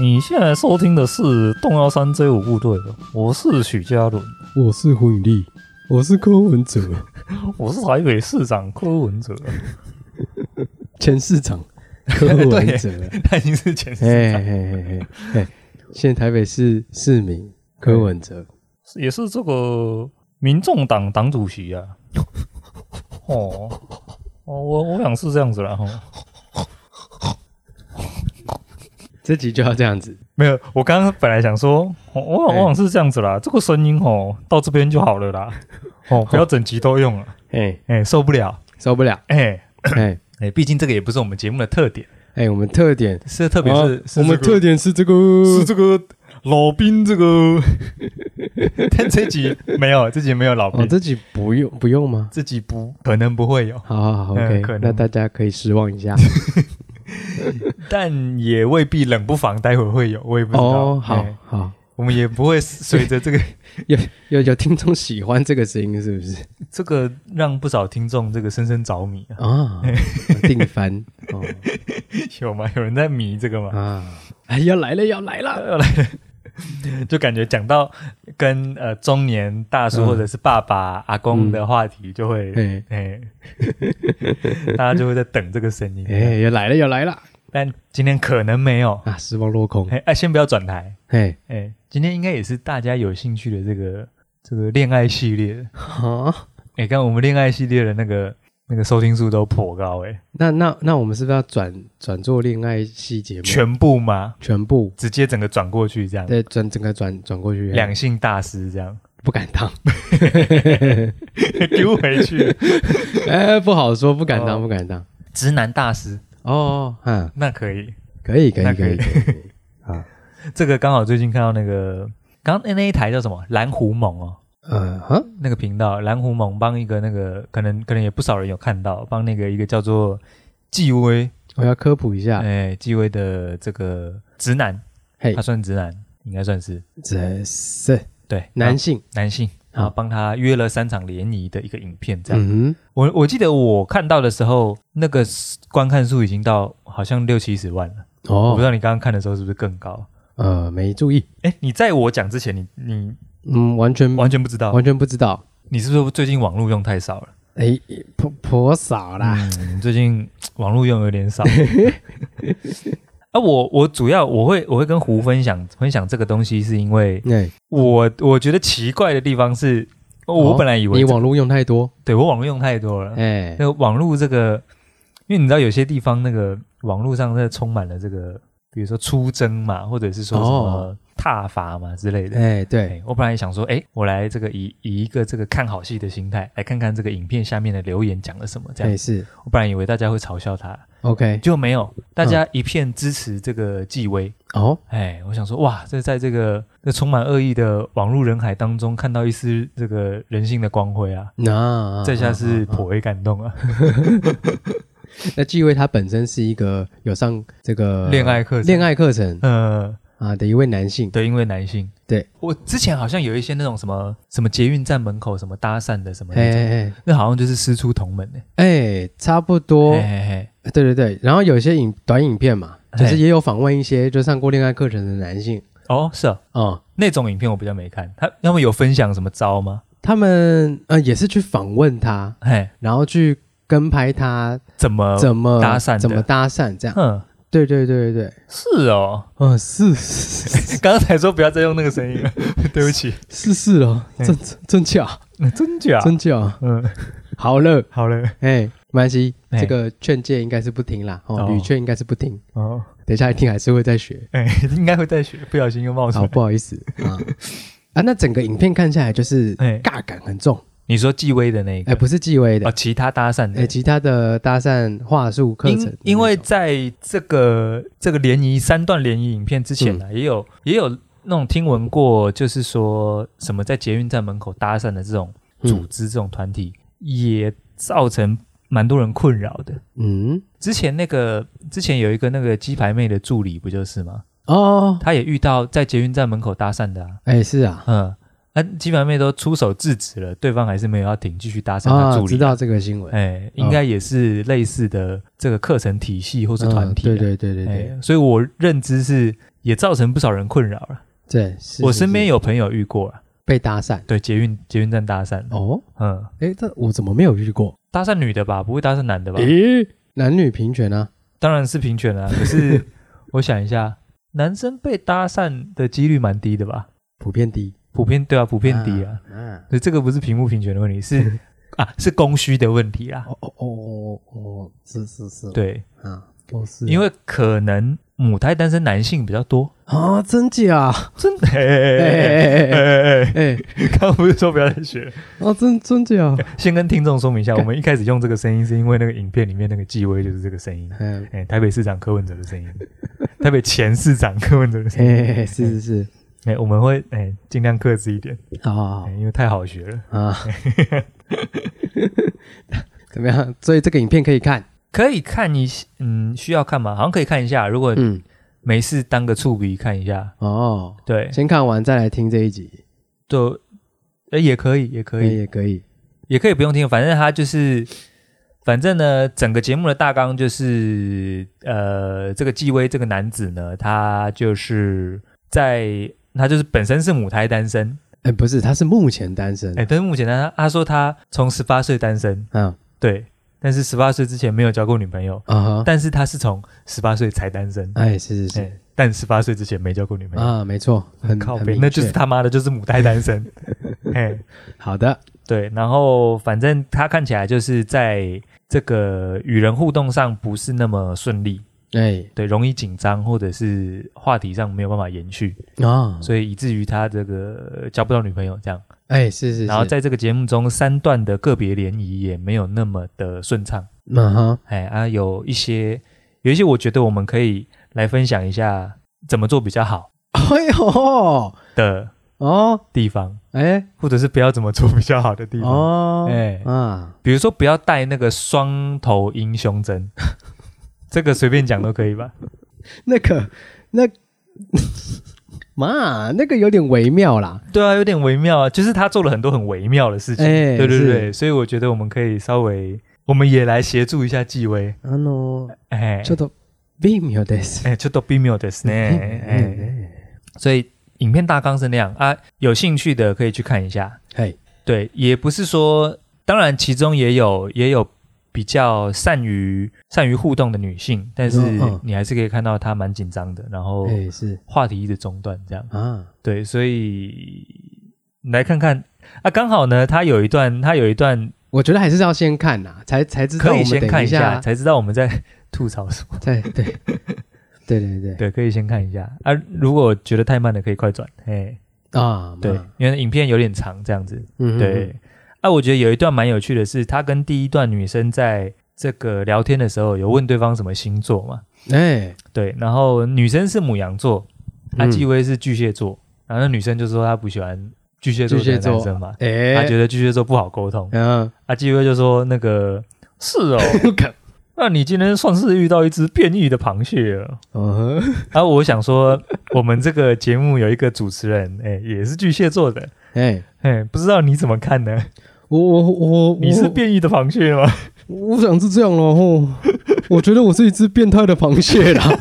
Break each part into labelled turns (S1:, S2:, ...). S1: 你现在收听的是《动幺三 J 五部队》的，我是许家伦，
S2: 我是胡永丽，我是柯文哲，
S1: 我是台北市长柯文 哲，
S2: 前市长柯文 哲，
S1: 他已经是前市
S2: 嘿
S1: 长，
S2: 嘿嘿嘿，嘿，现在台北市市民柯文哲，
S1: 也是这个民众党党主席啊。 哦，哦，我我想是这样子啦。哦，
S2: 这集就要这样子，
S1: 没有，我刚刚本来想说，哦、我
S2: 哎
S1: 我想是这样子啦，这个声音哦到这边就好了啦， 哦，不要整集都用了，
S2: 哎，
S1: 哎、受不了，
S2: 受不了，
S1: 哎、
S2: 哎
S1: 哎，毕竟这个也不是我们节目的特点，
S2: 哎，我们特点，
S1: 是哦特别
S2: 啊
S1: 是、是
S2: 我们
S1: 这个
S2: 特点是这个
S1: 是，这个老兵这个， 但这集没有，这集没有老兵，
S2: 哦，这集不用不用吗？
S1: 这集不可能不会有，
S2: 好好好
S1: 嗯
S2: ，OK，
S1: 可能
S2: 那大家可以失望一下
S1: 但也未必冷不防待会会有， 我也不知道。
S2: 哦，好
S1: 哎
S2: 好，
S1: 我们也不会随着 这个
S2: 有有听众喜欢这个声音是不是
S1: 这个让不少听众这个深深着迷啊，
S2: 啊？定番哦
S1: 有吗？有人在迷这个吗？
S2: 啊，哎，要来了要来了，
S1: 要来了，就感觉讲到跟呃中年大叔
S2: 嗯
S1: 或者是爸爸、阿公的话题，就会
S2: 哎
S1: 哎， 大家就会在等这个声 音。
S2: 哎，要来了要来了
S1: 但今天可能没有。
S2: 啊，失望落空，
S1: 哎哎，先不要转台。
S2: 哎，
S1: 哎，今天应该也是大家有兴趣的这个这个恋爱系列。
S2: 啊，
S1: 哎，刚刚我们恋爱系列的那个那个收听数都颇高哎，
S2: 那那那我们是不是要转转做恋爱系节目？
S1: 全部吗？
S2: 全部
S1: 直接整个转过去这样，
S2: 对，转整个转转过去，
S1: 两性大师这样
S2: 不敢当，
S1: 丢回去，
S2: 哎，不好说，不敢
S1: 哦
S2: 当，不敢当。
S1: 直男大师
S2: 哦，嗯，
S1: 那可以。
S2: 可以，可
S1: 那
S2: 以，
S1: 可
S2: 可
S1: 以
S2: 以，可 以啊，
S1: 这个刚好最近看到那个，刚那那一台叫什么蓝狐盟哦，
S2: 呃，哈，
S1: 那个频道蓝狐盟帮一个那个可能可能也不少人有看到，帮那个一个叫做纪薇
S2: 我要科普一下，
S1: 哎，纪薇的这个直男，
S2: 啊嘿
S1: 他，算直男，应该算是
S2: 这是
S1: 对
S2: 男
S1: 啊
S2: 性，
S1: 男性，然后帮他约了三场联谊的一个影片，这样。
S2: 嗯
S1: 我我记得我看到的时候，那个观看数已经到好像六七十万了，
S2: 哼，
S1: 我不知
S2: 哦，
S1: 道你刚刚看的时候是不是更高？
S2: 呃，没注意，
S1: 哎，你在我讲之前，你你
S2: 嗯，完全
S1: 完全不知道，
S2: 完全不知道，
S1: 你是不是最近网络用太少了？
S2: 哎，颇颇少啦，
S1: 嗯，最近网络用有点 少。啊，我我主要我会我会跟胡分享分享这个东西，是因为
S2: 哎，
S1: 我我觉得奇怪的地方是，
S2: 哦
S1: 我本来以为
S2: 你
S1: 这、
S2: 网络用太多，
S1: 对我网络用太多了。
S2: 哎
S1: 那，个网络这个，因为你知道有些地方那个网络上是充满了这个，比如说出征嘛，或者是说什么
S2: 哦
S1: 踏伐嘛之类的。
S2: 哎，对，
S1: 哎我本来想说，哎，我来这个以以一个这个看好戏的心态来看看这个影片下面的留言讲了什么，这样
S2: 哎。是
S1: 我本来以为大家会嘲笑他，
S2: ，OK，
S1: 就没有，大家
S2: 嗯
S1: 一片支持这个纪薇。
S2: 哦，
S1: 哎，我想说，哇，这在这个这充满恶意的网络人海当中，看到一丝这个人性的光辉啊，
S2: 那
S1: 这下是
S2: 啊啊啊
S1: 颇为感动啊！
S2: 那纪薇她本身是一个有上这个
S1: 恋爱课程
S2: 嗯恋爱课程
S1: 呃，
S2: 啊的一位男性，
S1: 对，因为男性，
S2: 对
S1: 我之前好像有一些那种什么什么捷运站门口什么搭讪的什么那种，
S2: 哎
S1: 那好像就是师出同门呢、
S2: 哎哎，差不
S1: 欸。
S2: 多，
S1: 嘿嘿嘿
S2: 对对对。然后有些影短影片嘛，
S1: 嘿
S2: 就是也有访问一些就上过恋爱课程的男性
S1: 哦，是啊，
S2: 啊，
S1: 那种影片我比较没看，他他们有分享什么招吗？
S2: 他们呃也是去访问他，
S1: 嘿，
S2: 然后去跟拍他
S1: 怎么？
S2: 怎么
S1: 呃搭讪的
S2: 怎么搭讪 这样。
S1: 嗯，
S2: 对对对对对，
S1: 是 哦，
S2: 嗯，是是
S1: 刚才说不要再用那个声音 了，对不起，
S2: 是是哦，
S1: 嘿
S2: 真真巧，
S1: 嗯真假？
S2: 真巧，
S1: 嗯，
S2: 好了。
S1: 好了，
S2: 哎，没关系，
S1: 哎
S2: 这个劝诫应该是不听啦，
S1: 哦
S2: 哦，屡劝应该是不听，
S1: 哦，
S2: 等一下一听还是会再学。
S1: 哎，应该会再学，不小心又冒出
S2: 好，
S1: 来。
S2: 不好意思啊
S1: 哦
S2: 啊，那整个影片看下来就是
S1: 哎
S2: 尬感很重，
S1: 你说纪薇的那一个，
S2: 哎，不是纪薇
S1: 哦，
S2: 的，
S1: 其他搭讪的
S2: 哎，。其他的搭讪话术课程
S1: 因，因为在这个这个联谊三段联谊影片之前呢、也有也有那种听闻过，就是说什么在捷运站门口搭讪的这种组织、这种团体，也造成蛮多人困扰的。
S2: 嗯，
S1: 之前那个之前有一个那个鸡排妹的助理不就是吗？
S2: 哦，
S1: 她也遇到在捷运站门口搭讪的啊，
S2: 哎，是啊，
S1: 嗯，那、他基本上面都出手制止了，对方还是没有要停，继续搭讪他
S2: 啊
S1: 助，
S2: 知
S1: 理。
S2: 道这个新闻，
S1: 哎，应该也是类似的这个课程体系或是团体、啊
S2: 嗯对对对对对
S1: 哎所以我认知是也造成不少人困扰了。
S2: 对，是
S1: 我
S2: 是
S1: 身边
S2: 是
S1: 有朋友遇过了，
S2: 被搭讪
S1: 对捷运捷运站搭讪，
S2: 哦，
S1: 嗯，
S2: 诶，但我怎么没有遇过？
S1: 搭讪女的吧，不会搭讪男的吧？
S2: 咦，男女平权啊？
S1: 当然是平权啊。可是 我想一下，男生被搭讪的几率蛮低的吧？
S2: 普遍低，
S1: 普遍对啊，普遍低啊。
S2: 啊。啊
S1: 所以这个不是平不平权的问题， 是啊是供需的问题啦。
S2: 哦哦哦哦哦，是是是，
S1: 对，
S2: 啊，都是
S1: 因为可能母胎单身男性比较多，
S2: 啊，真假？
S1: 真 的。哎哎
S2: 哎
S1: 哎
S2: 哎哎哎
S1: 哎哎，
S2: 哎，
S1: 刚刚不是说不要再 学了？
S2: 哦，真真假？
S1: 先跟听众说明一下，我们一开始用这个声音是因为那个影片里面那个纪委就是这个声 音，
S2: 嗯，
S1: 哎，台北市长柯文哲的 声音，台北前市长柯文哲的声音，
S2: 嘿嘿，哎是是是，
S1: 哎，我们会哎尽量克制一点，
S2: 好好
S1: 哎因为太好学了。
S2: 好啊。 怎么样？所以这个影片可以看，
S1: 可以看一下，嗯，需要看吗？好像可以看一下，如果
S2: 嗯，
S1: 没事当个触笔看一下，
S2: 哦，
S1: 对，
S2: 先看完再来听这一集，
S1: 就哎也可以，也可以，
S2: 也可以，
S1: 也可以不用听，反正他就是，反正呢，整个节目的大纲就是，呃，这个纪威这个男子呢，他就是在他就是本身是母胎单身，
S2: 哎，不是，他是目前单身
S1: 哎，，但是目前呢，他他说他从十八岁单身，
S2: 嗯
S1: 对，但是十八岁之前没有交过女朋友，
S2: 啊哈，
S1: 但是他是从十八岁才单身，
S2: 哎，是是是
S1: 哎，但十八岁之前没交过女朋友。
S2: 啊，没错，很
S1: 靠
S2: 很
S1: 背，
S2: 明
S1: 那就是
S2: 确
S1: 他妈的，就是母胎单身。 哎，
S2: 好的，
S1: 对，然后反正他看起来就是在这个与人互动上不是那么顺利，
S2: 哎
S1: 对，容易紧张或者是话题上没有办法延续，
S2: 啊，
S1: 所以以至于他这个呃交不到女朋友这样。
S2: 哎，是是，
S1: 然后
S2: 是
S1: 在这个节目中，三段的个别联谊也没有那么的顺畅，
S2: 嗯哈，
S1: 哎啊，有一些有一些我觉得我们可以来分享一下怎么做比较好
S2: 哎呦
S1: 的
S2: 哦，
S1: 地方，
S2: 哎
S1: 或者是不要怎么做比较好的地方。
S2: 哦，
S1: 哎
S2: 啊，
S1: 比如说不要戴那个双头鹰胸针， 这个随便讲都可以吧？
S2: 那个那 妈，那个有点微妙啦。
S1: 对啊，有点微妙啊，就是他做了很多很微妙的事情，
S2: 哎
S1: 对对
S2: 是
S1: 对，所以我觉得我们可以稍微，我们也来协助一下纪威，
S2: あの
S1: 哎，
S2: ちょっと微妙です。
S1: 哎，ちょっと微妙です
S2: 嗯
S1: ね，哎，
S2: 哎
S1: 所以影片大纲是那样啊，有兴趣的可以去看一下，
S2: 哎，
S1: 对，也不是说，当然其中也有也有。比较善于善于互动的女性，但是
S2: 嗯嗯
S1: 你还是可以看到她蛮紧张的，然后
S2: 哎是
S1: 话题一直中断这样。
S2: 啊，
S1: 对，所以你来看看啊，刚好呢，他有一段，他有一段
S2: 我觉得还是要先看呐，才才知道
S1: 可
S2: 我
S1: 以
S2: 们
S1: 先
S2: 等
S1: 看
S2: 一
S1: 下，
S2: 下，
S1: 才知道我们在吐槽 什么。
S2: 对对对对对
S1: 对，可以先看一下啊，如果觉得太慢的可以快转，哎，
S2: 啊，妈
S1: 对，因为影片有点长这样子。
S2: 嗯
S1: 对，，啊，我觉得有一段蛮有趣的是，他跟第一段女生在这个聊天的时候，有问对方什么星座嘛？
S2: 嗯哎，
S1: 对，然后女生是母羊座，阿
S2: 嗯
S1: 纪威是巨蟹座，然后那女生就说她不喜欢巨蟹座
S2: 巨
S1: 的
S2: 蟹
S1: 男
S2: 座
S1: 生嘛，她
S2: 哎，
S1: 觉得巨蟹座不好沟通。
S2: 嗯，
S1: 阿基威就说：“那个是哦，那你今天算是遇到一只变异的螃蟹了。
S2: 嗯哼”
S1: 然后我想说，我们这个节目有一个主持人，哎，也是巨蟹座的，
S2: 哎，
S1: 哎，不知道你怎么看呢？
S2: 我我我，
S1: 你是
S2: 我
S1: 变异的螃蟹吗？
S2: 我想是这样咯， 吼我觉得我是一只变态的螃蟹 啦。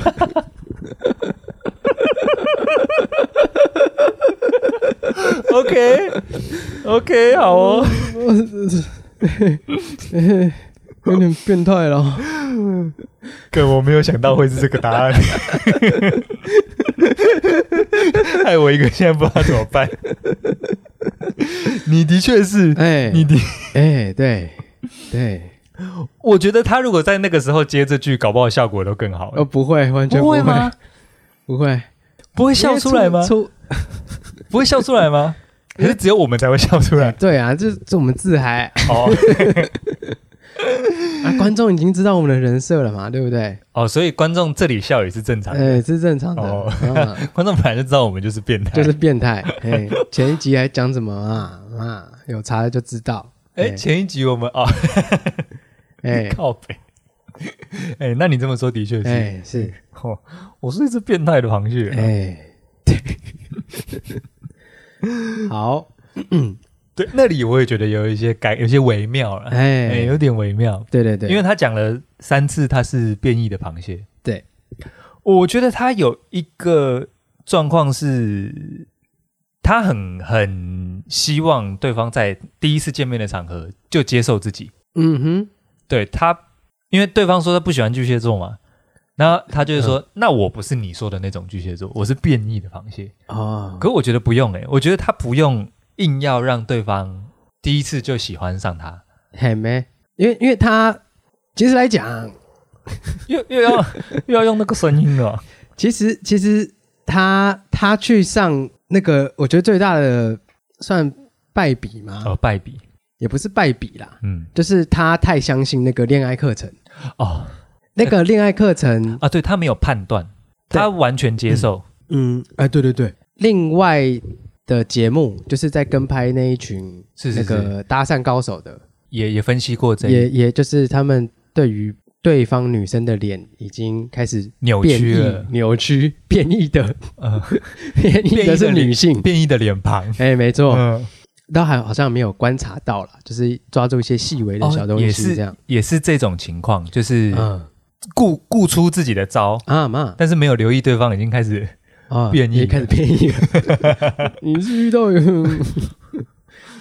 S1: OK OK，好 哦。
S2: 有点变态啦。
S1: 可我没有想到会是这个答案， 害我一个现在不知道怎么办。 你的确是，
S2: 哎，
S1: 你的，
S2: 哎，对对，
S1: 我觉得他如果在那个时候接这句，搞不好效果都更好。
S2: 呃，不会，完全
S1: 不
S2: 会
S1: 会吗？？
S2: 不会，
S1: 不会笑出来吗
S2: 因为？出
S1: 不会笑出来吗？可是只有我们才会笑出 来
S2: 对啊，这这我们自嗨
S1: 哦
S2: 啊，观众已经知道我们的人设了嘛，对不对？
S1: 哦，所以观众这里笑也是正常的，
S2: 哎，这是正常的，
S1: 哦
S2: 啊
S1: 观众本来就知道我们就是变态。
S2: 就是变态。哎，前一集还讲什么啊啊，有查了就知道。
S1: 哎，前一集我们啊、哦、
S2: 哎
S1: 靠北，哎，那你这么说的确是，
S2: 哎是
S1: 哦，我是一啊只变态的螃蟹。
S2: 哎 哎，对，好，
S1: 对，那里我也觉得有一些改，有些微妙了，哎、
S2: 哎，
S1: 有点微妙，
S2: 对对对，
S1: 因为他讲了三次他是变异的螃蟹，
S2: 对，
S1: 我觉得他有一个状况是，他很很希望对方在第一次见面的场合就接受自己，
S2: 嗯哼，
S1: 对他，因为对方说他不喜欢巨蟹座嘛。然后他就是说，那我不是你说的那种巨蟹座，我是变异的螃蟹。
S2: 哦，
S1: 可我觉得不用诶、欸我觉得他不用硬要让对方第一次就喜欢上他，
S2: 嘿没，因为因为他其实来讲，
S1: 又又要又要用那个声音了。
S2: 其实其实他他去上那个，我觉得最大的算败笔嘛，
S1: 哦，败笔，
S2: 也不是败笔啦，
S1: 嗯，
S2: 就是他太相信那个恋爱课程，
S1: 哦
S2: 那个恋爱课程，
S1: 啊，对他没有判断，
S2: 对
S1: 他完全接受。
S2: 嗯，哎，对对对，另外的节目就是在跟拍那一群
S1: 是是
S2: 那
S1: 是，
S2: 个搭讪高手的，
S1: 也也分析过这一
S2: 也也就是他们对于对方女生的脸已经开始
S1: 扭
S2: 变
S1: 曲
S2: 异
S1: 了，、
S2: 扭曲、 变异的，
S1: 呃，
S2: 变异的是女性。
S1: 变异的脸庞。
S2: 哎，没错，
S1: 嗯，
S2: 倒还好像没有观察到啦，就是抓住一些细微的小东
S1: 哦也
S2: 西
S1: 是
S2: 这样。
S1: 也是这种情况，就是
S2: 嗯
S1: 顾顾出自己的招，
S2: 啊妈
S1: 但是没有留意对方已经开始
S2: 啊，
S1: 变异
S2: 也开始变异了。 你是遇到有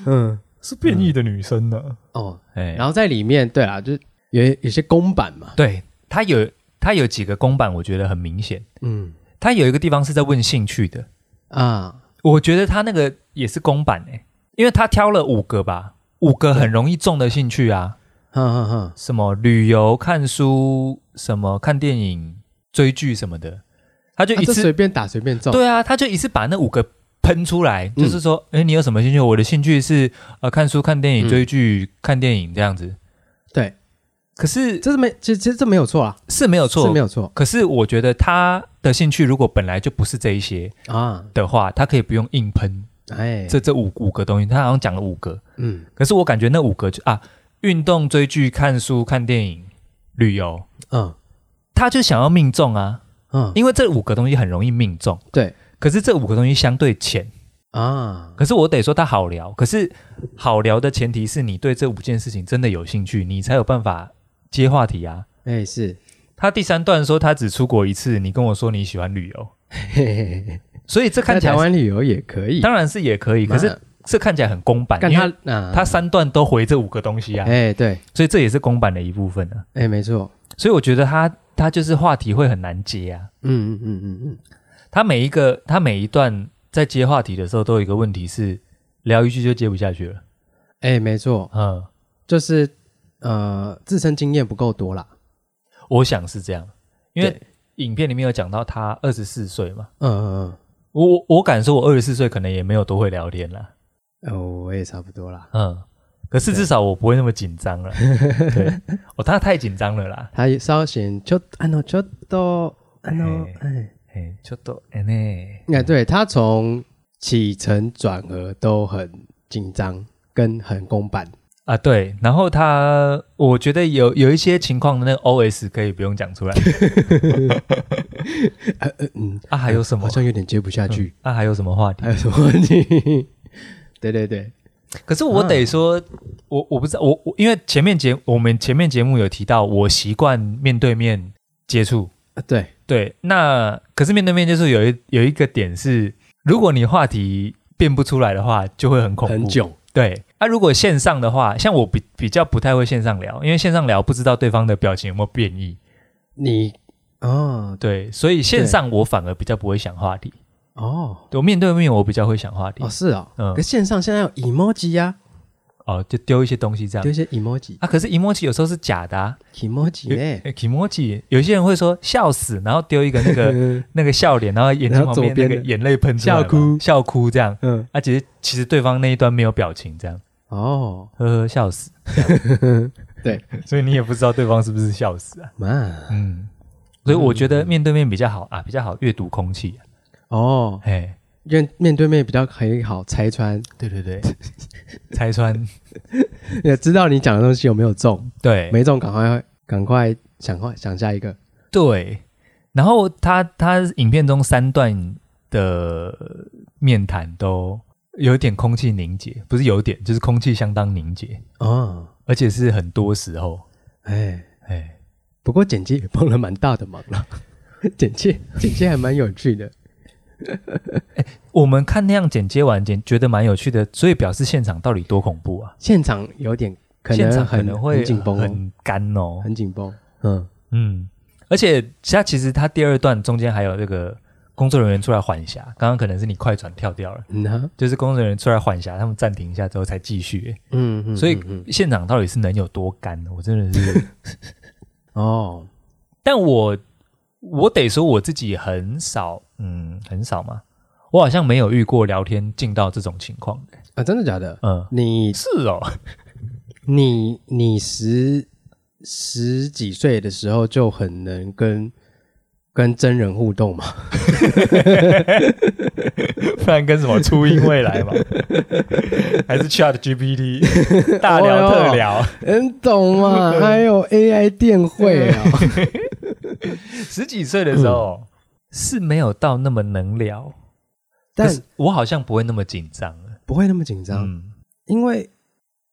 S2: 嗯
S1: 是变异的女生呢。
S2: 哦，
S1: 哎，
S2: 然后在里面对啊，就是有有些公版嘛，
S1: 对他有他有几个公版，我觉得很明显。
S2: 嗯
S1: 他有一个地方是在问兴趣的，
S2: 啊
S1: 我觉得他那个也是公版哎、因为他挑了五个吧，五个很容易中的兴趣啊，
S2: 哈哈哈，
S1: 什么旅游、看书、什么看电影、追剧什么的，他就
S2: 啊
S1: 一
S2: 这
S1: 次、
S2: 随便打随便中，
S1: 对啊，他就一次把那五个喷出来，
S2: 嗯
S1: 就是说，哎、你有什么兴趣？我的兴趣是呃看书、看电影、
S2: 嗯
S1: 追剧、看电影这样子。
S2: 对，
S1: 可是
S2: 这是没其实其实这没有错啊，
S1: 是没有错，
S2: 是没有错
S1: 可是我觉得他的兴趣如果本来就不是这一些
S2: 啊，
S1: 的话，他可以不用硬喷
S2: 哎，
S1: 这这五五个东西。他好像讲了五个，
S2: 嗯
S1: 可是我感觉那五个就啊，运动、追剧、看书、看电影、旅游，
S2: 嗯
S1: 他就想要命中啊，
S2: 嗯
S1: 因为这五个东西很容易命中。
S2: 对
S1: 可是这五个东西相对浅，
S2: 啊，
S1: 可是我得说它好聊。可是好聊的前提是你对这五件事情真的有兴趣，你才有办法接话题啊。
S2: 哎 是，
S1: 他第三段说他只出国一次，你跟我说你喜欢旅游，
S2: 嘿嘿嘿嘿
S1: 所以这看
S2: 在
S1: 起来
S2: 台
S1: 是
S2: 湾旅游也可以，
S1: 当然是也可以，可是
S2: 妈
S1: 这看起来很公版，
S2: 干
S1: 因为
S2: 他啊
S1: 他三段都回这五个东西啊，
S2: 哎对
S1: 所以这也是公版的一部分啊。
S2: 哎没错，
S1: 所以我觉得他他就是话题会很难接啊。
S2: 嗯嗯嗯嗯嗯，
S1: 他每一个他每一段在接话题的时候都有一个问题是聊一句就接不下去了，
S2: 哎没错，
S1: 嗯，
S2: 就是呃自身经验不够多啦，
S1: 我想是这样，因为
S2: 对
S1: 影片里面有讲到他二十四岁嘛，
S2: 嗯嗯
S1: 我我敢说我二十四岁可能也没有多会聊天啦，
S2: 嗯，哦我也差不多啦。
S1: 嗯。可是至少我不会那么紧张 了，对，哦，他太紧张了啦，
S2: 他稍显就あのちょっとあの哎
S1: 哎，ちょっとえね
S2: 哎对他从起承转合都很紧张跟很公版，
S1: 啊，对，然后他，我觉得有有一些情况，那个 OS 可以不用讲出来
S2: 呃呃嗯，
S1: 啊。还有什么
S2: 好？像有点接不下去，
S1: 啊，还有什么话题
S2: 还？有什么问题？ 对对对，
S1: 可是
S2: 嗯
S1: 我得说，我我不知道，我我因为前面节我们前面节目有提到，我习惯面对面接触。
S2: 啊对，
S1: 对，那可是面对面接触有一有一个点是，如果你话题变不出来的话，就会很恐怖。
S2: 很囧，
S1: 对，啊，如果线上的话，像我比比较不太会线上聊，因为线上聊不知道对方的表情有没有变异。
S2: 你哦
S1: 对，所以线上我反而比较不会想话题，
S2: 哦
S1: 对我面对面我比较会想话题
S2: 哦。是哦，
S1: 嗯
S2: 可线上现在有 emoji 呀，
S1: 哦，就丢一些东西这
S2: 有一
S1: 样。
S2: 些 emoji，emoji
S1: 啊，可是 emoji 有时候是假的啊
S2: 呢，
S1: 诶 emoji 有些人会说笑死，然后丢一个那 个那个笑脸，然后眼睛
S2: 然后
S1: 旁
S2: 左
S1: 边那个
S2: 边的
S1: 眼泪喷出来嘛，
S2: 笑哭
S1: 笑哭这样。
S2: 嗯
S1: 啊，其实其实对方那一端没有表情，这样
S2: 哦
S1: 呵呵笑 死，
S2: 对，
S1: 所以你也不知道对方是不是笑死啊。
S2: 嘛
S1: 嗯，所以我觉
S2: 嗯
S1: 得面对面比较好啊，比较好阅读空气、啊。
S2: 哦，
S1: 哎，
S2: 因为面对面比较可以好拆穿，
S1: 对对对，拆穿
S2: 也知道你讲的东西有没有中。
S1: 对
S2: 没中，赶快赶快想快想下一个。
S1: 对，然后他他影片中三段的面谈都有一点空气凝结，不是有点，就是空气相当凝结，
S2: 哦，
S1: 而且是很多时候，
S2: 哎，
S1: 哎，
S2: 不过剪辑也帮了蛮大的忙了， 剪辑剪辑还蛮有趣的，
S1: 我们看那样剪接完剪，觉得蛮有趣的，所以表示现场到底多恐怖啊！
S2: 现场有点可
S1: 现
S2: 能
S1: 场
S2: 很
S1: 可能会
S2: 很紧绷、哦，
S1: 很干哦，
S2: 很紧绷，嗯，
S1: 嗯，而且他其实他第二段中间还有这个工作人员出来缓颊，刚刚可能是你快转跳掉了，
S2: 嗯哈
S1: 就是工作人员出来缓颊，他们暂停一下之后才继续、欸
S2: 嗯嗯，
S1: 所以
S2: 嗯嗯
S1: 现场到底是能有多干？我真的 是，
S2: 哦，
S1: 但我我得说我自己很少，嗯，很少嘛，我好像没有遇过聊天进到这种情况的、
S2: 啊，真的假的？
S1: 嗯，
S2: 你
S1: 是哦，
S2: 你你十十几岁的时候就很能跟跟真人互 动嘛？
S1: 不然跟什么初音未 来嘛，还是 Chat GPT 大聊特聊。
S2: 嗯，懂
S1: 啊
S2: 嘛？ 还有 AI 电绘 啊，
S1: 十几岁的时
S2: 嗯
S1: 候、是没有到那么能聊，
S2: 但
S1: 可是我好像不会那么紧张了。
S2: 不会那么紧张，
S1: 嗯，
S2: 因为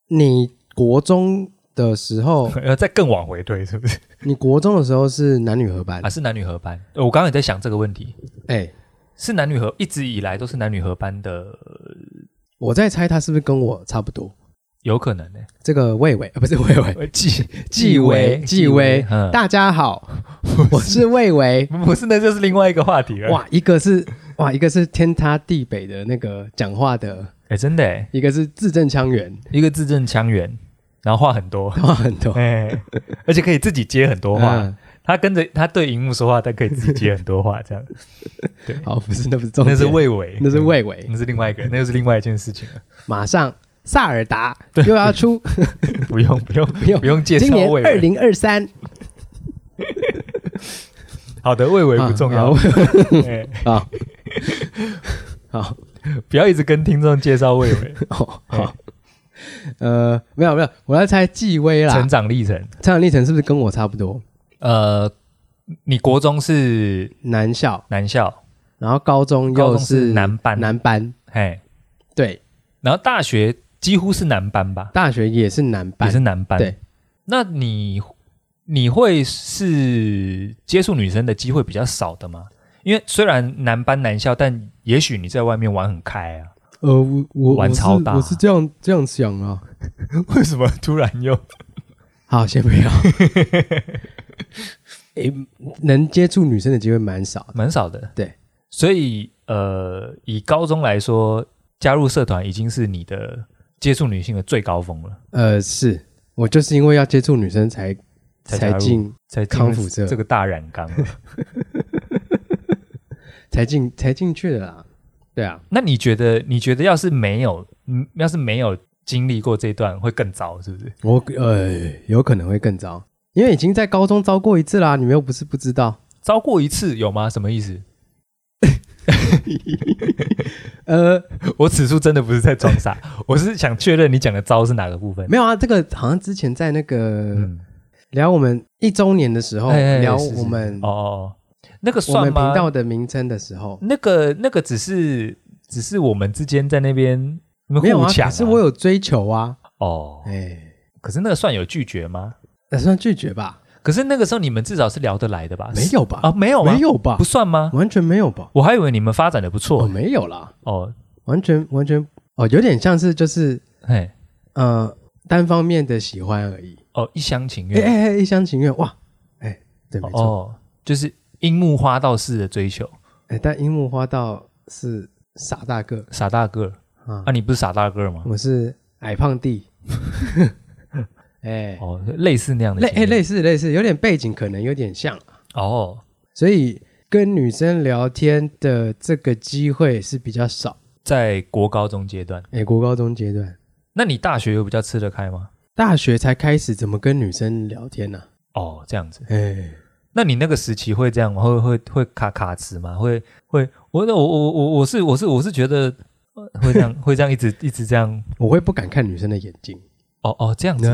S2: 你国中的时候，
S1: 要呃再更往回推，是不是？
S2: 你国中的时候是男女合班
S1: 啊，，是男女合班。呃我刚刚也在想这个问题，
S2: 哎，
S1: 是男女合，一直以来都是男女合班的，
S2: 我在猜他是不是跟我差不多？
S1: 有可能呢、
S2: 这个魏伟，呃不是魏伟，
S1: 欸。 纪
S2: 纪薇，纪薇，
S1: 嗯，
S2: 大家 好，我是魏伟。
S1: 不是，那就是另外一个话题了。哇，
S2: 哇，一个是哇，一个是天塌地北的那个讲话的，
S1: 哎、真的、欸，
S2: 一个是字正腔 圆，
S1: 一个字正腔圆，然后话很 多，
S2: 话很多
S1: 哎、而且可以自己接很多话。
S2: 嗯
S1: 他跟着他对荧幕说话，但可以自己接很多话，这样。对，
S2: 好，不是，那不是重
S1: 那
S2: 点，
S1: 是，嗯魏伟，
S2: 那是魏伟。
S1: 那是另外一个，那又是另外一件事情 了。
S2: 马上萨 尔达又要出，
S1: 不用不用不
S2: 用
S1: 不用介
S2: 今
S1: 绍
S2: 年
S1: 魏
S2: 二
S1: 伟。
S2: 零二三，
S1: 好的，魏伟不重要
S2: 啊，
S1: 哎
S2: 好， 好，
S1: 不要一直跟听众介绍魏 伟
S2: 好，
S1: 嗯
S2: 好，呃，没有没有，我在猜纪薇啦
S1: 成，长历程。
S2: 成长历程是不是跟我差不多？
S1: 呃，你国中是
S2: 男校，
S1: 男校，
S2: 然后高中
S1: 高
S2: 又
S1: 中是男班，
S2: 男班，
S1: 哎，
S2: 对，
S1: 然后大学几乎是男班吧，
S2: 大学也是男
S1: 也是
S2: 班，
S1: 男班。
S2: 对，
S1: 那你你会是接触女生的机会比较少的吗？因为虽然男班男校，但也许你在外面玩很开啊。
S2: 呃，我我
S1: 玩
S2: 我是
S1: 超大
S2: 我是这样这样想啊。
S1: 为什么突然又
S2: 好，先不要。 诶、能接触女生的机会蛮少的。
S1: 蛮少的。
S2: 对，
S1: 所以呃，以高中来说，加入社团已经是你的接触女性的最高峰了，
S2: 呃，是我就是因为要接触女生才
S1: 才加入
S2: 进
S1: 才进入
S2: 康复社
S1: 这个大染缸了。
S2: 才进才进去的啦。对啊，
S1: 那你觉得？你觉得要是没有，嗯，要是没有经历过这段，会更糟，是不是？
S2: 我呃有可能会更糟，因为已经在高中遭过一次啦。你们又不是不知道。
S1: 糟过一次有吗？什么意思？
S2: 呃，
S1: 我此处真的不是在装傻， 我是想确认你讲的糟是哪个部分。
S2: 没有啊，这个好像之前在那个、
S1: 嗯，
S2: 聊我们一周年的时候，
S1: 哎哎哎
S2: 聊
S1: 是是
S2: 我们
S1: 哦哦，哦那个
S2: 我
S1: 算
S2: 们频
S1: 吗？
S2: 道的名称的时候，
S1: 那个那个只是只是我们之间在那边你们
S2: 没有
S1: 互
S2: 啊，
S1: 抢、
S2: 可是我有追求啊，
S1: 哦，
S2: 哎，
S1: 可是那个算有拒绝吗？
S2: 打算拒绝吧？
S1: 可是那个时候你们至少是聊得来的吧？
S2: 没有吧
S1: 啊，没有吗？
S2: 没有吧
S1: 不？算吗？
S2: 完全没有吧？
S1: 我还以为你们发展的不
S2: 哦，
S1: 错
S2: 没有啦，
S1: 哦，
S2: 完全完全哦，有点像是就是
S1: 嘿，
S2: 呃单方面的喜欢而已。
S1: 哦，一厢情
S2: 哎
S1: 愿，
S2: 哎哎，一厢情愿哇！哎，对，没错。
S1: 哦，就是樱木花道式的追求，
S2: 哎，但樱木花道是傻大个
S1: 傻大个儿
S2: 啊
S1: 啊，，你不是傻大个儿吗？
S2: 我是矮 胖弟。哎，
S1: 哦，类似那样的
S2: 类
S1: 经
S2: 哎
S1: 验，
S2: 类似类似，有点背景可能有点像。
S1: 哦，
S2: 所以跟女生聊天的这个机会是比较少。
S1: 在国高中阶段，
S2: 美国高中阶段，
S1: 那你大学有比较吃得开吗？
S2: 大学才开始怎么跟女生聊天呢、
S1: 哦，这样子，
S2: 哎，
S1: 那你那个时期会这样吗？会会会卡卡词吗？会会，我我我我我是我是我是觉得呃会这样 会这样一直一直这样，
S2: 我会不敢看女生的眼睛，
S1: 哦哦这样子，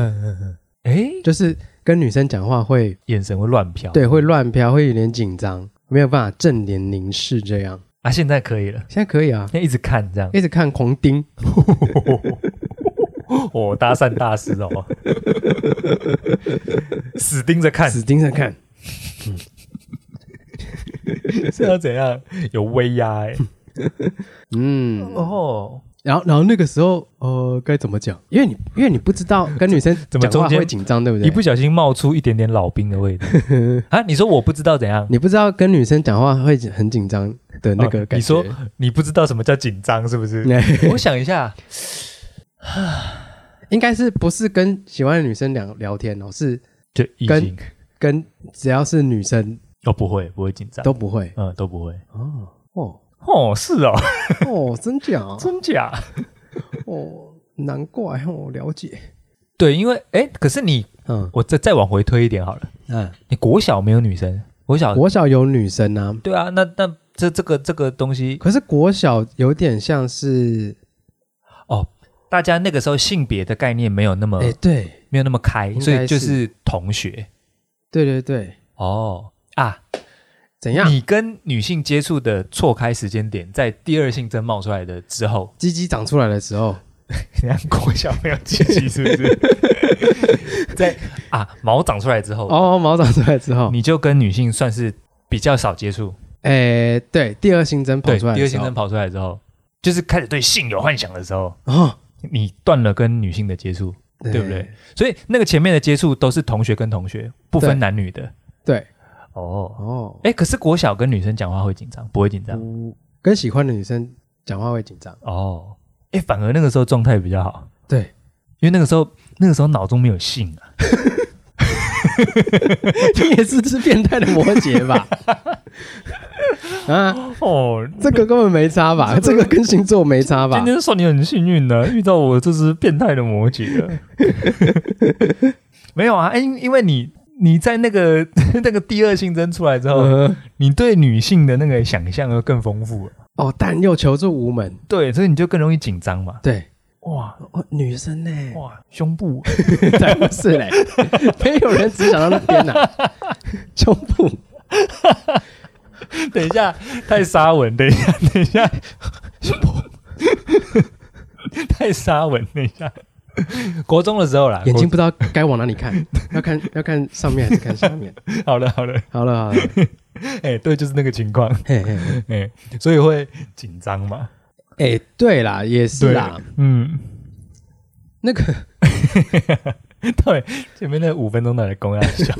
S1: 哎，
S2: 就是跟女生讲话会
S1: 眼神会乱飘，
S2: 对会乱飘，会有点紧张，没有办法正脸凝视这样。
S1: 啊，现在可以了，
S2: 现在可以啊，
S1: 那一直看 这样，
S2: 一直看狂盯，
S1: 哦，搭讪大师 哦，死盯着看，
S2: 死盯着看，
S1: 是要怎样？有威压哎、
S2: 嗯，
S1: 哦，
S2: 然后然后那个时候呃该怎么讲？因为你因为你不知道跟女生
S1: 怎么
S2: 讲
S1: 中
S2: 话
S1: 间
S2: 会紧张，对不对？
S1: 一不小心冒出一点点老兵的味道啊！你说我不知道怎样？
S2: 你不知道跟女生讲话会很紧张的那个
S1: 哦
S2: 感
S1: 你
S2: 觉。
S1: 说你不知道什么叫紧张是不是？我想一下，
S2: 应该是不是跟喜欢的女生聊聊天哦？是
S1: 就异
S2: 跟
S1: 性
S2: 跟只要是女生
S1: 哦，不会不会紧张，
S2: 都不会
S1: 嗯都不会。
S2: 哦 哦
S1: 哦，是哦，
S2: 哦，真假 啊
S1: 真假？
S2: 哦，难怪哦，了解。
S1: 对，因为哎，可是你
S2: 嗯
S1: 我再再往回推一点好了，
S2: 嗯，
S1: 你国小没有女生，国小
S2: 国小有女生啊，
S1: 对啊，那那这这个这个东西
S2: 可是国小有点像是
S1: 哦，大家那个时候性别的概念没有那么、
S2: 哎、对
S1: 没有那么开，
S2: 应该
S1: 所以就是是同学
S2: 对对对，
S1: 哦啊，
S2: 怎样？
S1: 你跟女性接触的错开时间点在第二性征冒出来的之 后，
S2: 鸡鸡长出来的时候，
S1: 人家国小没有鸡鸡是不是？在 啊毛长出来之后，
S2: 哦，毛长出来之后，
S1: 你就跟女性算是比较少接触，
S2: 哎、对，第二性征跑
S1: 对，
S2: 出来
S1: 第二
S2: 的时
S1: 性
S2: 候
S1: 征，跑出来之后，就是开始对性有幻想的时候，
S2: 哦，
S1: 你断了跟女性的接触，对不对？？所以那个前面的接触都是同学跟同学，不分男女的。
S2: 对，
S1: 哦，
S2: 哦，
S1: 哎，可是国小跟女生讲话会紧张，不会紧张
S2: 嗯跟喜欢的女生讲话会紧张，
S1: 哦。哎，反而那个时候状态比较好，
S2: 对，
S1: 因为那个时候那个时候脑中没有性啊。
S2: 你也是吃变态的摩羯吧？ 啊，
S1: 哦，
S2: 这个根本没差吧？ 这个跟星座没差吧
S1: 今？天算你很幸运呢、遇到我这只变态的啊摩羯了。 没有啊，哎因因为你你在那个 那个第二性征出来之后，
S2: 呃
S1: 你对女性的那个想象又更丰富了。
S2: 哦，但又求助无门，
S1: 对，所以你就更容易紧张嘛。
S2: 对，
S1: 哇
S2: 哦，女生呢？
S1: 哇，胸部
S2: 才不是嘞， 没有人只想到那边 呐、胸部，
S1: 等一下，太沙文，等一下，等一下， 太沙文，等一下。国中的时候啦，
S2: 眼睛不知道该往哪里 看，要看要看上面还是看下 面？
S1: 国好了好了，
S2: 好了好了，
S1: 哎、对，就是那个情况，
S2: 嘿嘿嘿，
S1: 哎、 所以会紧张嘛，
S2: 哎、对啦，也是
S1: 对
S2: 啦，，
S1: 嗯，
S2: 那个
S1: 对，前面那五分钟拿来公要 笑，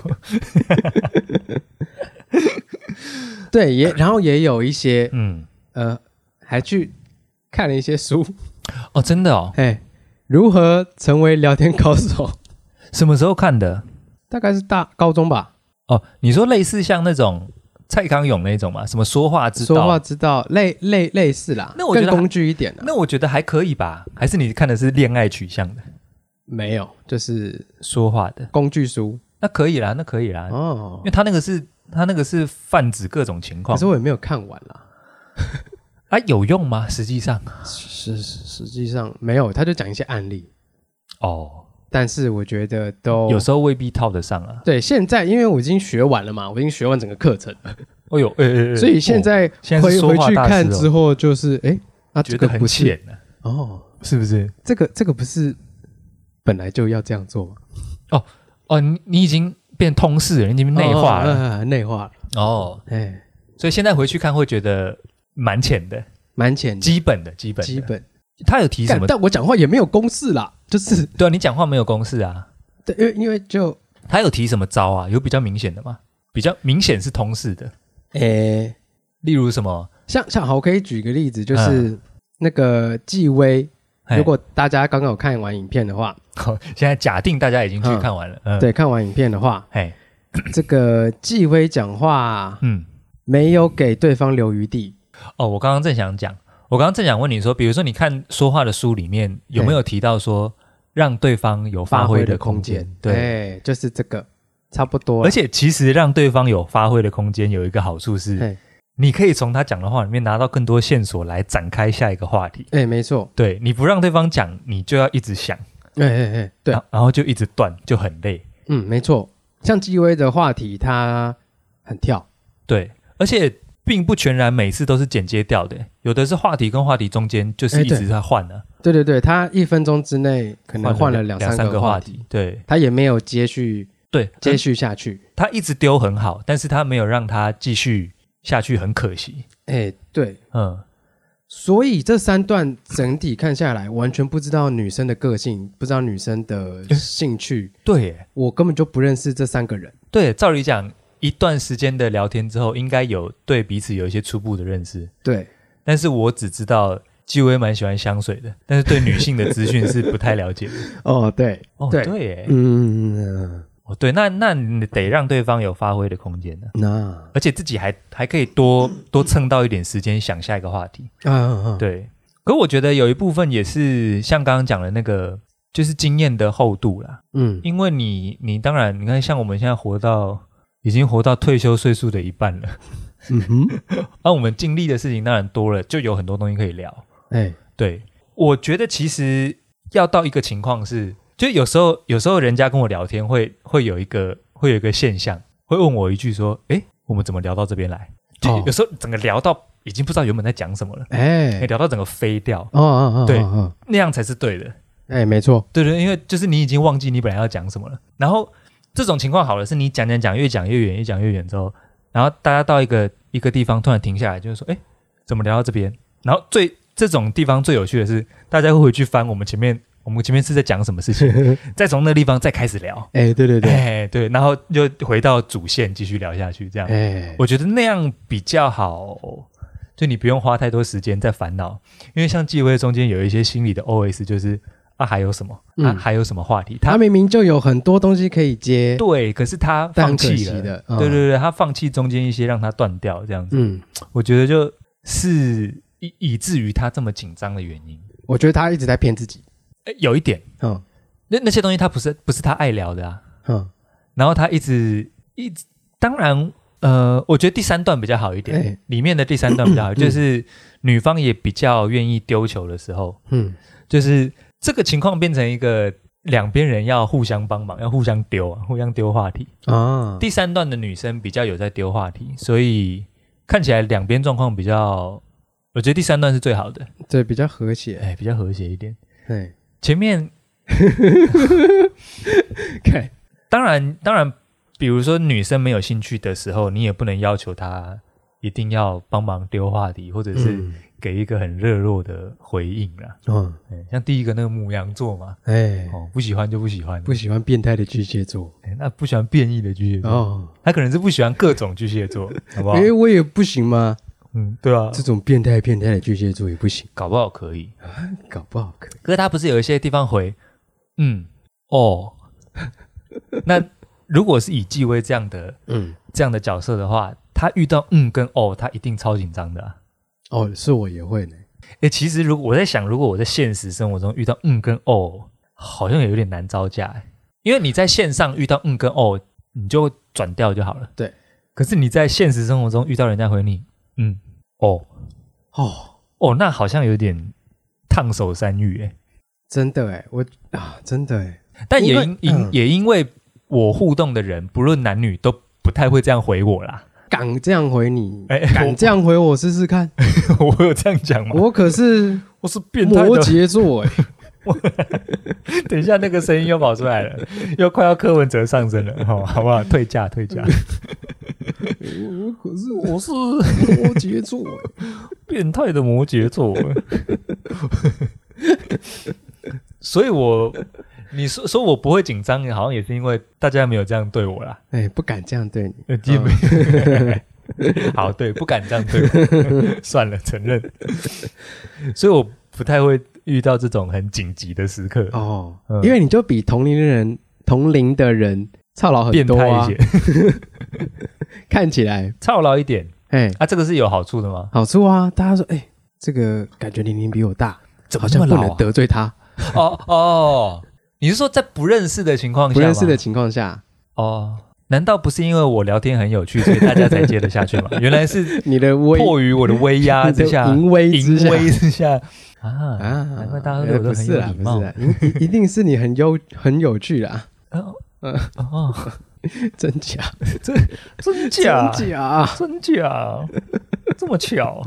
S2: 对也，然后也有一些
S1: 嗯，
S2: 呃，还去看了一些书，
S1: 哦，真的哦，
S2: 哎，如何成为聊天高手？
S1: 什么时候看的？
S2: 大概是大高中吧，
S1: 哦，你说类似像那种蔡康永那种嘛，什么说话之道？
S2: 说话之道类类类似啦，
S1: 那我觉
S2: 更
S1: 得
S2: 工具一点啊啦。
S1: 那我觉得还可以吧，还是你看的是恋爱取向的
S2: 没有，就是
S1: 说话的，
S2: 工具书
S1: 那可以啦，那可以啦，
S2: 哦
S1: 因为。他哎那个是他那个是泛指各种情
S2: 可
S1: 况
S2: 是我也没有看完啦。
S1: 啊，有用吗？实际上
S2: 实实际上没有，他就讲一些案例，
S1: 哦，
S2: 但是我觉得都
S1: 有时候未必套得上啊。
S2: 对。现在因为我已经学完了嘛，我已经学完整个课程，
S1: 哦呦，哎哎哎
S2: 所以现
S1: 哦
S2: 在
S1: 现在
S2: 回
S1: 是说
S2: 回
S1: 话
S2: 去
S1: 大师
S2: 看
S1: 哦
S2: 之后，就是哎，啊，
S1: 觉
S2: 这
S1: 得
S2: 个
S1: 很
S2: 不是
S1: 浅呢、
S2: 哦，
S1: 是不是？
S2: 这个这个不是本来就要这样做吗？
S1: 哦，你你已经变通识了，你已经内化
S2: 哦
S1: 了
S2: 啊内化了，
S1: 哦
S2: 哎，
S1: 所以现在回去看会觉得蛮浅的，
S2: 蛮浅的，
S1: 基本的基本的
S2: 基本。
S1: 他有提什
S2: 干
S1: 么？
S2: 但我讲话也没有公式啦，就是
S1: 对啊，你讲话没有公式啊。
S2: 对，因为因为就
S1: 他有提什么招啊？有比较明显的吗？比较明显是通识的，
S2: 哎，
S1: 例如什么？
S2: 像像好，我可以举个例子，就是那个纪薇。
S1: 嗯嘿
S2: 如果大家刚好看完影片的话，
S1: 好 现在假定大家已经去看完了，嗯，
S2: 对，看完影片 的话，
S1: 哎，
S2: 这个纪薇讲话
S1: 嗯，
S2: 没有给对方留余地，
S1: 哦，我刚刚正想讲，我刚刚正想问你说，比如说你看说话的书里面有没有提到说让对方有发挥的空间？对，
S2: 对，哎就是这个，差不多。
S1: 而且其实让对方有发挥的空间有一个好处是
S2: 嘿，
S1: 你可以从他讲的话里面拿到更多线索来展开下一个话题。
S2: 哎，没错，
S1: 对，你不让对方讲，你就要一直想，
S2: 哎哎哎，对，
S1: 然然后就一直断，就很累。
S2: 嗯，没错。像纪薇的话题，他很跳，
S1: 对，而且并不全然每次都是剪接掉的，有的是话题跟话题中间就是
S2: 哎
S1: 一
S2: 对
S1: 直在换的、
S2: 对对对，他一分钟之内可能换了
S1: 两
S2: 三
S1: 三
S2: 个
S1: 话
S2: 题，
S1: 题，对
S2: 他也没有接续
S1: 对，
S2: 接
S1: 嗯
S2: 续下去。
S1: 他一直丢很好，但是他没有让他继续下去，很可惜。
S2: 哎、对，
S1: 嗯，
S2: 所以这三段整体看下来，完全不知道女生的个性，不知道女生的
S1: 嗯
S2: 兴趣，
S1: 对耶，
S2: 我根本就不认识这三个人。
S1: 对，照理讲，一段时间的聊天之后，应该有对彼此有一些初步的认识。
S2: 对，
S1: 但是我只知道纪薇蛮喜欢香水的，但是对女性的资讯是不太了解的。
S2: 哦，对，
S1: 哦，
S2: 对
S1: 对耶，
S2: 嗯，
S1: 哦，对，那那你得让对方有发挥的空间呢、
S2: 那
S1: 而且自己还还可以多多蹭到一点时间想下一个话题。
S2: 啊啊，
S1: 对，可我觉得有一部分也是像刚刚讲的那个，就是经验的厚度啦。
S2: 嗯，
S1: 因为你你当然你看，像我们现在活到已经活到退休岁数的一半了，
S2: 嗯哼，
S1: 那、我们经历的事情当然多了，就有很多东西可以聊。
S2: 哎，
S1: 对，我觉得其实要到一个情况是，就有时候有时候人家跟我聊天会会有一个会有一个现象，会问我一句说：“诶，我们怎么聊到这边来？”就
S2: 哦
S1: 有时候整个聊到已经不知道原本在讲什么了，
S2: 哎，
S1: 聊到整个飞掉，
S2: 哦哦哦，
S1: 对
S2: 哦哦
S1: 那样才是对的。
S2: 哎，没错，
S1: 对对，因为就是你已经忘记你本来要讲什么了。然后这种情况好了，是你讲讲讲越讲越远，越讲越远之后，然后大家到一个一个地方突然停下来，就是说，哎，怎么聊到这边？然后最这种地方最有趣的是，大家会回去翻我们前面我们前面是在讲什么事情，再从那地方再开始聊。
S2: 哎，对对对，
S1: 哎，对，然后又回到主线继续聊下去，这样。
S2: 哎，
S1: 我觉得那样比较好，就你不用花太多时间在烦恼，因为像纪薇中间有一些心理的 OS 就是啊还有什么啊
S2: 嗯
S1: 还有什么话题，
S2: 他
S1: 他
S2: 明明就有很多东西可以接，
S1: 对，可是他
S2: 但很
S1: 放
S2: 可
S1: 弃
S2: 惜
S1: 了，
S2: 的，
S1: 对
S2: 嗯
S1: 对，对，他放弃中间一些让他断掉这样子，
S2: 嗯，
S1: 我觉得就是以以至于他这么紧张的原因，
S2: 我觉得他一直在骗自己，
S1: 诶有一点
S2: 嗯
S1: 那那些东西他不是不是他爱聊的啊，
S2: 嗯，
S1: 然后他一直一直，当然，呃，我觉得第三段比较好一点，
S2: 哎
S1: 里面的第三段比较好，就是女方也比较愿意丢球的时候，
S2: 嗯，
S1: 就是这个情况变成一个两边人要互相帮忙，要互相丢啊，互相丢话题。
S2: 啊，
S1: 第三段的女生比较有在丢话题，所以看起来两边状况比较，我觉得第三段是最好的，
S2: 对，比较和谐，
S1: 哎，比较和谐一点。
S2: 哎，
S1: 前面
S2: 看，
S1: 当然当然，比如说女生没有兴趣的时候，你也不能要求她一定要帮忙丢话题，或者是
S2: 嗯，
S1: 给一个很热络的回应啦。
S2: 嗯，
S1: 哎像第一个那个母羊座嘛，
S2: 哎，
S1: 哦，不喜欢就不喜欢，
S2: 不喜欢变态的巨蟹座
S1: 哎那不喜欢变异的巨蟹座，
S2: 哦，
S1: 他可能是不喜欢各种巨蟹 座，好不好？
S2: 哎，我也不行吗？
S1: 嗯，对啊，
S2: 这种变态变态的巨蟹座也不行，
S1: 搞不好可以。
S2: 搞不好可以。
S1: 可是他不是有一些地方回，嗯，哦， 那如果是以纪薇这样的
S2: 嗯，
S1: 这样的角色的话，他遇到嗯跟哦，他一定超紧张的、啊。
S2: 哦，是我也会呢。
S1: 哎，其实如果我在想，如果我在现实生活中遇到嗯跟哦，好像也有点难招架欸，因为你在线上遇到嗯跟哦，你就转掉就好了。
S2: 对，
S1: 可是你在现实生活中遇到人家回你嗯哦
S2: 哦，
S1: 哦，那好像有点烫手山芋哎。
S2: 真的哎，我啊，真的哎，
S1: 但也
S2: 因为
S1: 因因、
S2: 嗯
S1: 也因为我互动的人，不论男女，都不太会这样回我啦。
S2: 敢这样回你，
S1: 哎
S2: 敢这样回我试 试看。
S1: 我我有这样讲吗？
S2: 我可是
S1: 我是变态
S2: 摩
S1: 的。
S2: 羯座哎，
S1: 等一下，那个声音又跑出来了，又快要柯文哲上身了，好、好不好？退价，退价。
S2: 我可 是
S1: 我是
S2: 摩羯座哎。
S1: 变态的摩羯座，欸 所以我你说说我不会紧张，好像也是因为大家没有这样对我啦。
S2: 哎，不敢这样对你，
S1: 呃，基本、
S2: 嗯
S1: 好，对，不敢这样对 我，算了，承认。所以我不太会遇到这种很紧急的时刻，
S2: 哦
S1: 嗯，
S2: 因为你就比同龄的人同龄的人操劳很
S1: 变
S2: 多
S1: 态一
S2: 啊，
S1: 些，
S2: 看起来
S1: 操劳一点
S2: 哎，
S1: 啊，这个是有好处的吗？
S2: 好处啊，大家说哎，这个感觉年龄比我大，
S1: 怎
S2: 好
S1: 么这么
S2: 像
S1: 老、
S2: 不能
S1: 啊？
S2: 得罪他。
S1: 哦哦，你是说在不认识的情况下吗
S2: 不认识的情况下，
S1: 哦？难道不是因为我聊天很有趣，所以大家才接得下去吗？ 原来是
S2: 你的威
S1: 迫于我的威压
S2: 你的
S1: 之啊下，
S2: 淫威之
S1: 淫
S2: 下
S1: 威之下啊
S2: 啊，
S1: 难怪大家都对我都
S2: 不
S1: 很
S2: 是
S1: 有
S2: 啦，
S1: 礼
S2: 不
S1: 貌
S2: 是啦，一一定是你很有很有趣啦，
S1: 哦
S2: 嗯
S1: 哦，
S2: 真假
S1: 真假
S2: 真假，
S1: 真假？么巧。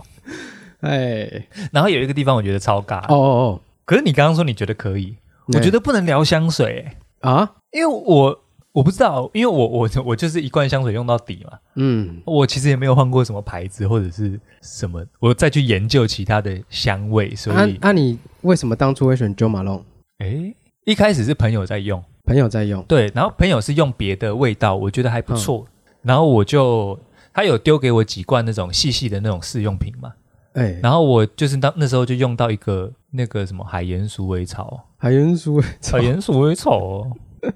S2: 哎，
S1: 然后有一个地方我觉得超尬，
S2: 哦哦
S1: 可是你刚刚说你觉得可以，
S2: 哦，
S1: 我觉得不能聊香水、欸
S2: 哎啊，
S1: 因为我我不知道，因为我我我就是一罐香水用到底嘛，
S2: 嗯，
S1: 我其实也没有换过什么牌子或者是什么，我再去研究其他的香味，所
S2: 那
S1: 以
S2: 那啊你为什么当初会选 Jo Malone？
S1: 诶，一开始是朋友在用，
S2: 朋友在用，
S1: 对，然后朋友是用别的味道，我觉得还不错，然后我就他有丢给我几罐那种细细的那种试用品嘛，
S2: 哎，
S1: 然后我就是当那时候就用到一个那个什么海盐鼠尾草，
S2: 海云叔，
S1: 海盐鼠尾草 哦，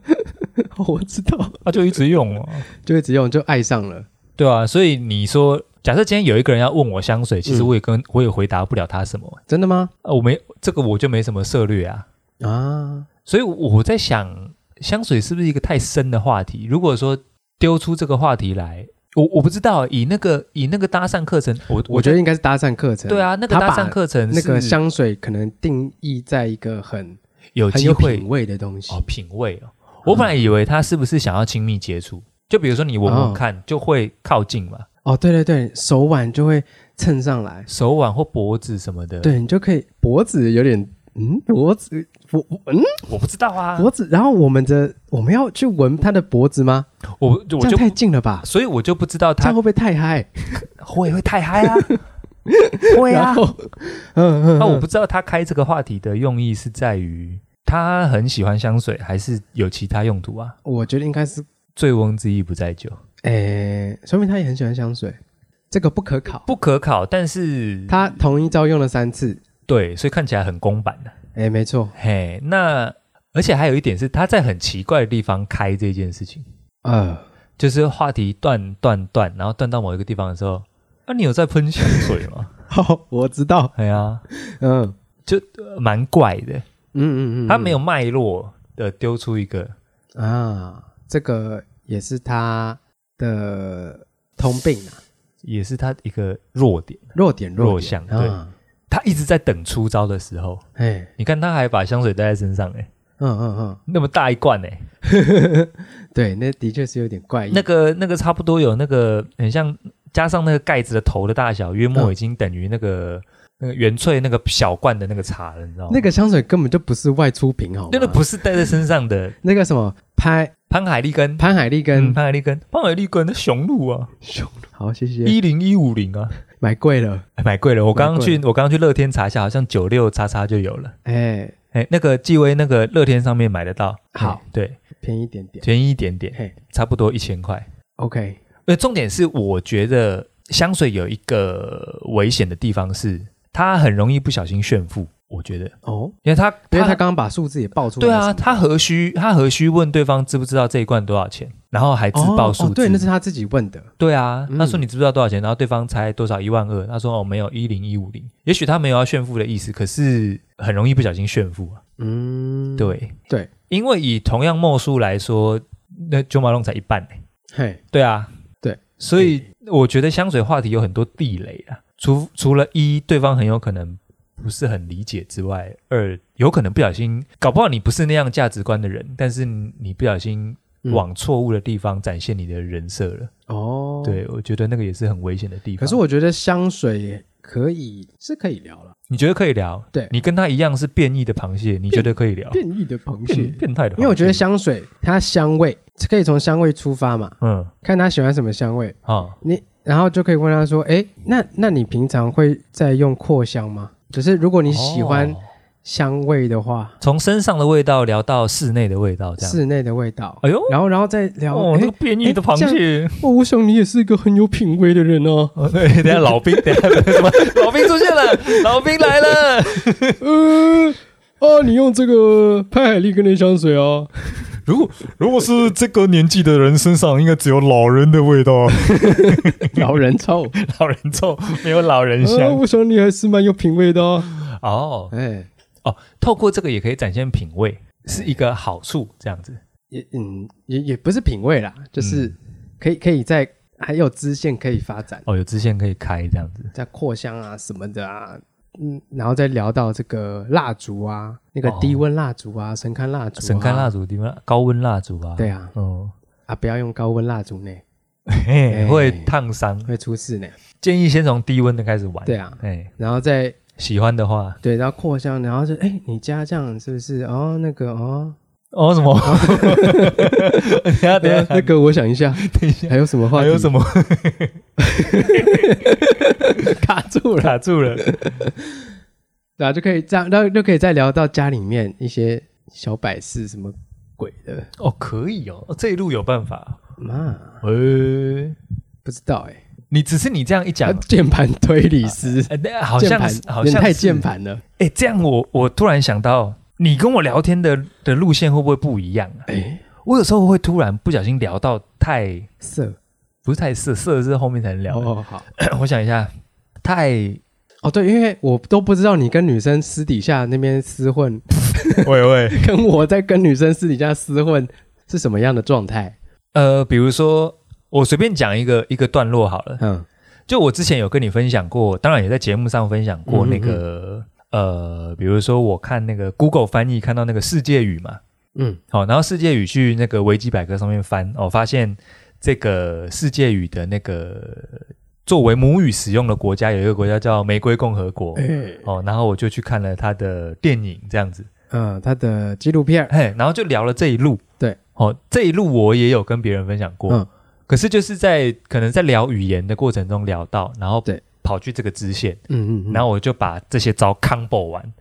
S2: 我知道，
S1: 他就一直用哦。
S2: 就一直用就爱上了，
S1: 对啊，所以你说，假设今天有一个人要问我香水，其实
S2: 嗯
S1: 我也跟、我也回答不了他什么、
S2: 真的吗？
S1: 啊，我没这个我就没什么策略啊，
S2: 啊，
S1: 所以我在想，香水是不是一个太深的话题？如果说丢出这个话题来，我我不知道，以那个以那个搭讪课程，我
S2: 我觉得应该是搭讪课程，
S1: 对啊，那个
S2: 他
S1: 搭
S2: 把
S1: 讪课程
S2: 那个
S1: 是
S2: 香水可能定义在一个很
S1: 有
S2: 很
S1: 机
S2: 有
S1: 会
S2: 品味的东西
S1: 哦，品味哦，我本来以为他是不是想要亲密接触，就比如说你闻闻
S2: 哦
S1: 看、就会靠近嘛，
S2: 哦，对对对，手腕就会蹭上来，
S1: 手腕或脖子什么的，，
S2: 对你就可以脖子有点嗯，脖子脖嗯
S1: 我不知道啊，
S2: 脖子，然后我们的我们要去闻他的脖子吗？
S1: 我我
S2: 这
S1: 就
S2: 样太近了吧？
S1: 所以我就不知道
S2: 这样
S1: 他
S2: 会不会太嗨？
S1: 会会太 嗨啊，会啊
S2: 然。后， 嗯嗯，
S1: 那我
S2: 嗯
S1: 不知道他开这个话题的用意是在于他很喜欢香水，还是有其他用途啊？
S2: 我觉得应该是，
S1: 醉翁之意不在酒，
S2: 诶，说明他也很喜欢香水，这个不可考。
S1: 不可考，但是
S2: 他同一招用了三次，
S1: 对，所以看起来很公版的、啊
S2: 诶，没错，
S1: 嘿，那而且还有一点是他在很奇怪的地方开这件事情，
S2: 呃，
S1: 就是话题断断断，然后断到某一个地方的时候，啊，你有在喷香水 吗？
S2: 好，哦我知道，
S1: 哎呀，
S2: 嗯
S1: 呃蛮怪的，
S2: 嗯嗯嗯，
S1: 他没
S2: 有
S1: 有脉络的丢出一个
S2: 啊，这个也是他的通病啊，
S1: 也是他一个弱点。
S2: 弱点
S1: 弱
S2: 点
S1: 项对
S2: 啊，
S1: 他一直在等出招的时候，
S2: 哎，
S1: 你看他还把香水带在身上、欸，
S2: 嗯嗯嗯。
S1: 那么大一罐、欸，
S2: 对，那的确是有点怪异。
S1: 那个那个差不多有那个很像加上那个盖子的头的大小，约莫已经等于那个、那个原萃那个小罐的那个茶了，你知道吗？
S2: 嗯那个香水根本就不是外出品，好吗？
S1: 那个不是带在身上的
S2: 那个什么潘
S1: 潘海利根，
S2: 潘海利
S1: 嗯
S2: 根，
S1: 潘海利根，潘海利根的雄鹿啊，
S2: 熊，好谢谢，
S1: 一零一五零啊，
S2: 买贵了，
S1: 哎买贵了。我刚刚
S2: 买贵
S1: 去我刚刚去乐天查一下，好像九六叉叉就有了。
S2: 哎，
S1: 哎，那个纪威那个乐天上面买得到，
S2: 好
S1: 哎对，
S2: 便宜一点点，
S1: 便宜一点点，
S2: 嘿
S1: 差不多一千块。
S2: ，OK，
S1: 呃，重点是我觉得香水有一个危险的地方是，它很容易不小心炫富。我觉得，
S2: 哦，
S1: 因为它，
S2: 因为他刚刚把数字也报出来，
S1: 对啊，
S2: 是吗，
S1: 他何须他何须问对方知不知道这一罐多少钱，然后还自
S2: 哦
S1: 报数字、
S2: 哦对，那是他自己问的，
S1: 对啊，
S2: 嗯
S1: 他说你知不知道多少钱？然后对方猜多少一万二，他说哦没有一零一五零，也许他没有要炫富的意思，可是很容易不小心炫富啊。
S2: 嗯，，
S1: 对
S2: 对，
S1: 因为以同样墨数来说，那九马龙才一半、欸，
S2: 嘿，
S1: 对啊，
S2: 对，
S1: 所以我觉得香水话题有很多地雷啊，除除了一对方很有可能不是很理解之外，二有可能不小心，搞不好你不是那样价值观的人，但是你不小心
S2: 嗯
S1: 往错误的地方展现你的人设了。
S2: 哦，
S1: 对，，我觉得那个也是很危险的地方。
S2: 可是我觉得香水也可以是可以聊了，
S1: 你觉得可以聊？
S2: 对
S1: 你跟他一样是变异的螃蟹，你觉得可以聊？
S2: 变异的螃
S1: 变
S2: 蟹，
S1: 变态的螃蟹，
S2: 因为我觉得香水它香味可以从香味出发嘛，
S1: 嗯
S2: 看他喜欢什么香味。
S1: 啊、
S2: 你然后就可以问他说：“哎，那那你平常会在用扩香吗？只是如果你喜欢
S1: 哦
S2: 香味的话，
S1: 从身上的味道聊到室内的味道，哦这样。
S2: 室内的味道。
S1: 哎呦，
S2: 然后然后再聊，
S1: 哦，那
S2: 哎
S1: 个、变异的螃
S2: 这
S1: 蟹。。
S2: 哦，我想你也是一个很有品味的人哦
S1: 哦，对，等一下老兵，等一下什么？老兵出现了，老兵来了。
S2: 呃，哦，你用这个派海利根的香水 哦。
S1: 如果如果是这个年纪的人身上，应该只有老人的味道，啊
S2: 老人臭，
S1: 老人臭，没有老人
S2: 呃，
S1: 香。
S2: 我想你还是蛮有品味的哦。
S1: 哦
S2: 哎，
S1: 哦，透过这个也可以展现品味，是一个好处，这样子。
S2: 也嗯，也也不是品味啦，就是
S1: 嗯
S2: 可以可以在还有支线可以发展。
S1: 哦，有支线可以开，这样子。
S2: 在扩香啊什么的啊，嗯，然后再聊到这个蜡烛啊，那个
S1: 哦
S2: 低温烛烛啊，神龛蜡烛、啊，
S1: 神龛蜡烛，地方高温蜡烛啊。
S2: 对，啊，
S1: 嗯，
S2: 啊，不要用高温蜡烛呢，
S1: 嘿
S2: 哎
S1: 会烫伤。
S2: 会出事呢。
S1: 建议先从低温的开始玩。
S2: 对啊，
S1: 哎，
S2: 然后再
S1: 喜欢的话，
S2: 对，然后扩香，然后就哎，你加酱是不是？哦，那个哦，
S1: 哦什么？ 等一 下等一下
S2: 那个我想一下，
S1: 等一下，
S2: 还有什么话
S1: 啊还
S2: 题？
S1: 有什么
S2: 卡 住了？
S1: 卡住了？
S2: 然后就可以这样，然后就可以再聊到家里面一些小摆饰什么鬼的。
S1: 哦，可以哦，哦这一路有办法。
S2: 妈，
S1: 呃，
S2: 啊不知道哎、
S1: 你只是你这样一
S2: 欸，
S1: 讲，
S2: 键盘推理师，
S1: 哎，那 好
S2: 键
S1: 像
S2: 盘
S1: 是好
S2: 人
S1: 像
S2: 太
S1: 是
S2: 键盘了。
S1: 哎，这样我我突然想到，你跟我聊天的的路线会不会不一样啊？
S2: 哎、
S1: 我有时候会突然不小心聊到太
S2: 色
S1: 不是太色色是后面才能聊的。
S2: 哦好
S1: 我想一下，太
S2: 哦对，因为我都不知道你跟女生私底下那边厮混，
S1: 喂喂，
S2: 跟我在跟女生私底下厮混是什么样的状态。
S1: 呃，比如说我随便讲一个一个段落好了，
S2: 嗯，
S1: 就我之前有跟你分享过，当然也在节目上分享过
S2: 嗯嗯嗯
S1: 那个呃，比如说我看那个 Google 翻译看到那个世界语嘛，
S2: 嗯，
S1: 好、然后世界语去那个维基百科上面翻，哦，发现这个世界语的那个作为母语使用的国家有一个国家叫玫瑰共和国，
S2: 哎、
S1: 哦，然后我就去看了他的电影这样子，
S2: 嗯，他的纪录片儿，
S1: 嘿，然后就聊了这一路，
S2: 对，
S1: 哦，这一路我也有跟别人分享过，
S2: 嗯
S1: 可是就是在可能在聊语言的过程中聊到，然后
S2: 对
S1: 跑去这个支线，
S2: 嗯嗯，
S1: 然
S2: 后
S1: 后我就把这些招 combo 完，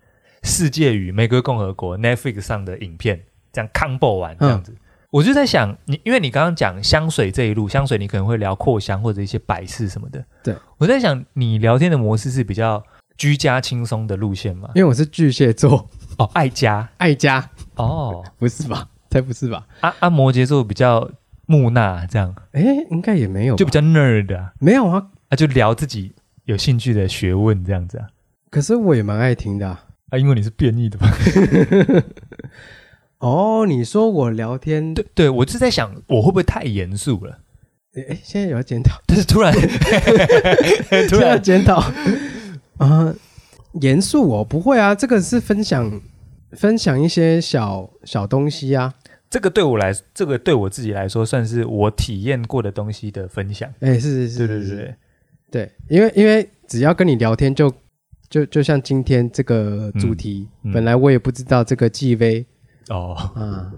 S1: 世界与玫瑰共和国 Netflix 上的影片这样 combo 完这样
S2: 嗯
S1: 子。我就在想，你因为你刚刚讲香水这一路，香水你可能会聊扩香或者一些摆饰什么的。
S2: 对，
S1: 我在想你聊天的模式是比较居家轻松的路线吗？
S2: 因为我是巨蟹座，
S1: 哦，爱家
S2: 爱家
S1: 哦，
S2: 不是吧？ 才不是吧？
S1: 阿阿摩羯座比较木讷，这样
S2: 哎、应该也没有吧，
S1: 就比较 nerd 啊，
S2: 没有啊。
S1: 啊就聊自己有兴趣的学问这样子啊。
S2: 可是我也蛮爱听的啊、
S1: 啊，因为你是变异的吧？
S2: 哦，你说我聊天，
S1: 对对，我是在想我会不会太严肃了。
S2: 哎、诶现在有要检讨，
S1: 但是突然， 突
S2: 现在要
S1: 然，
S2: 检讨，啊、严肃哦，不会啊，这个是分享，分享一些小小东西啊，
S1: 这个对我来，这个对我自己来说，算是我体验过的东西的分享。
S2: 哎、是是
S1: 对
S2: 是，
S1: 对，
S2: 对，因为因为只要跟你聊天就，就就像今天这个主题，
S1: 嗯嗯
S2: 本来我也不知道这个 G V
S1: 哦，
S2: 啊，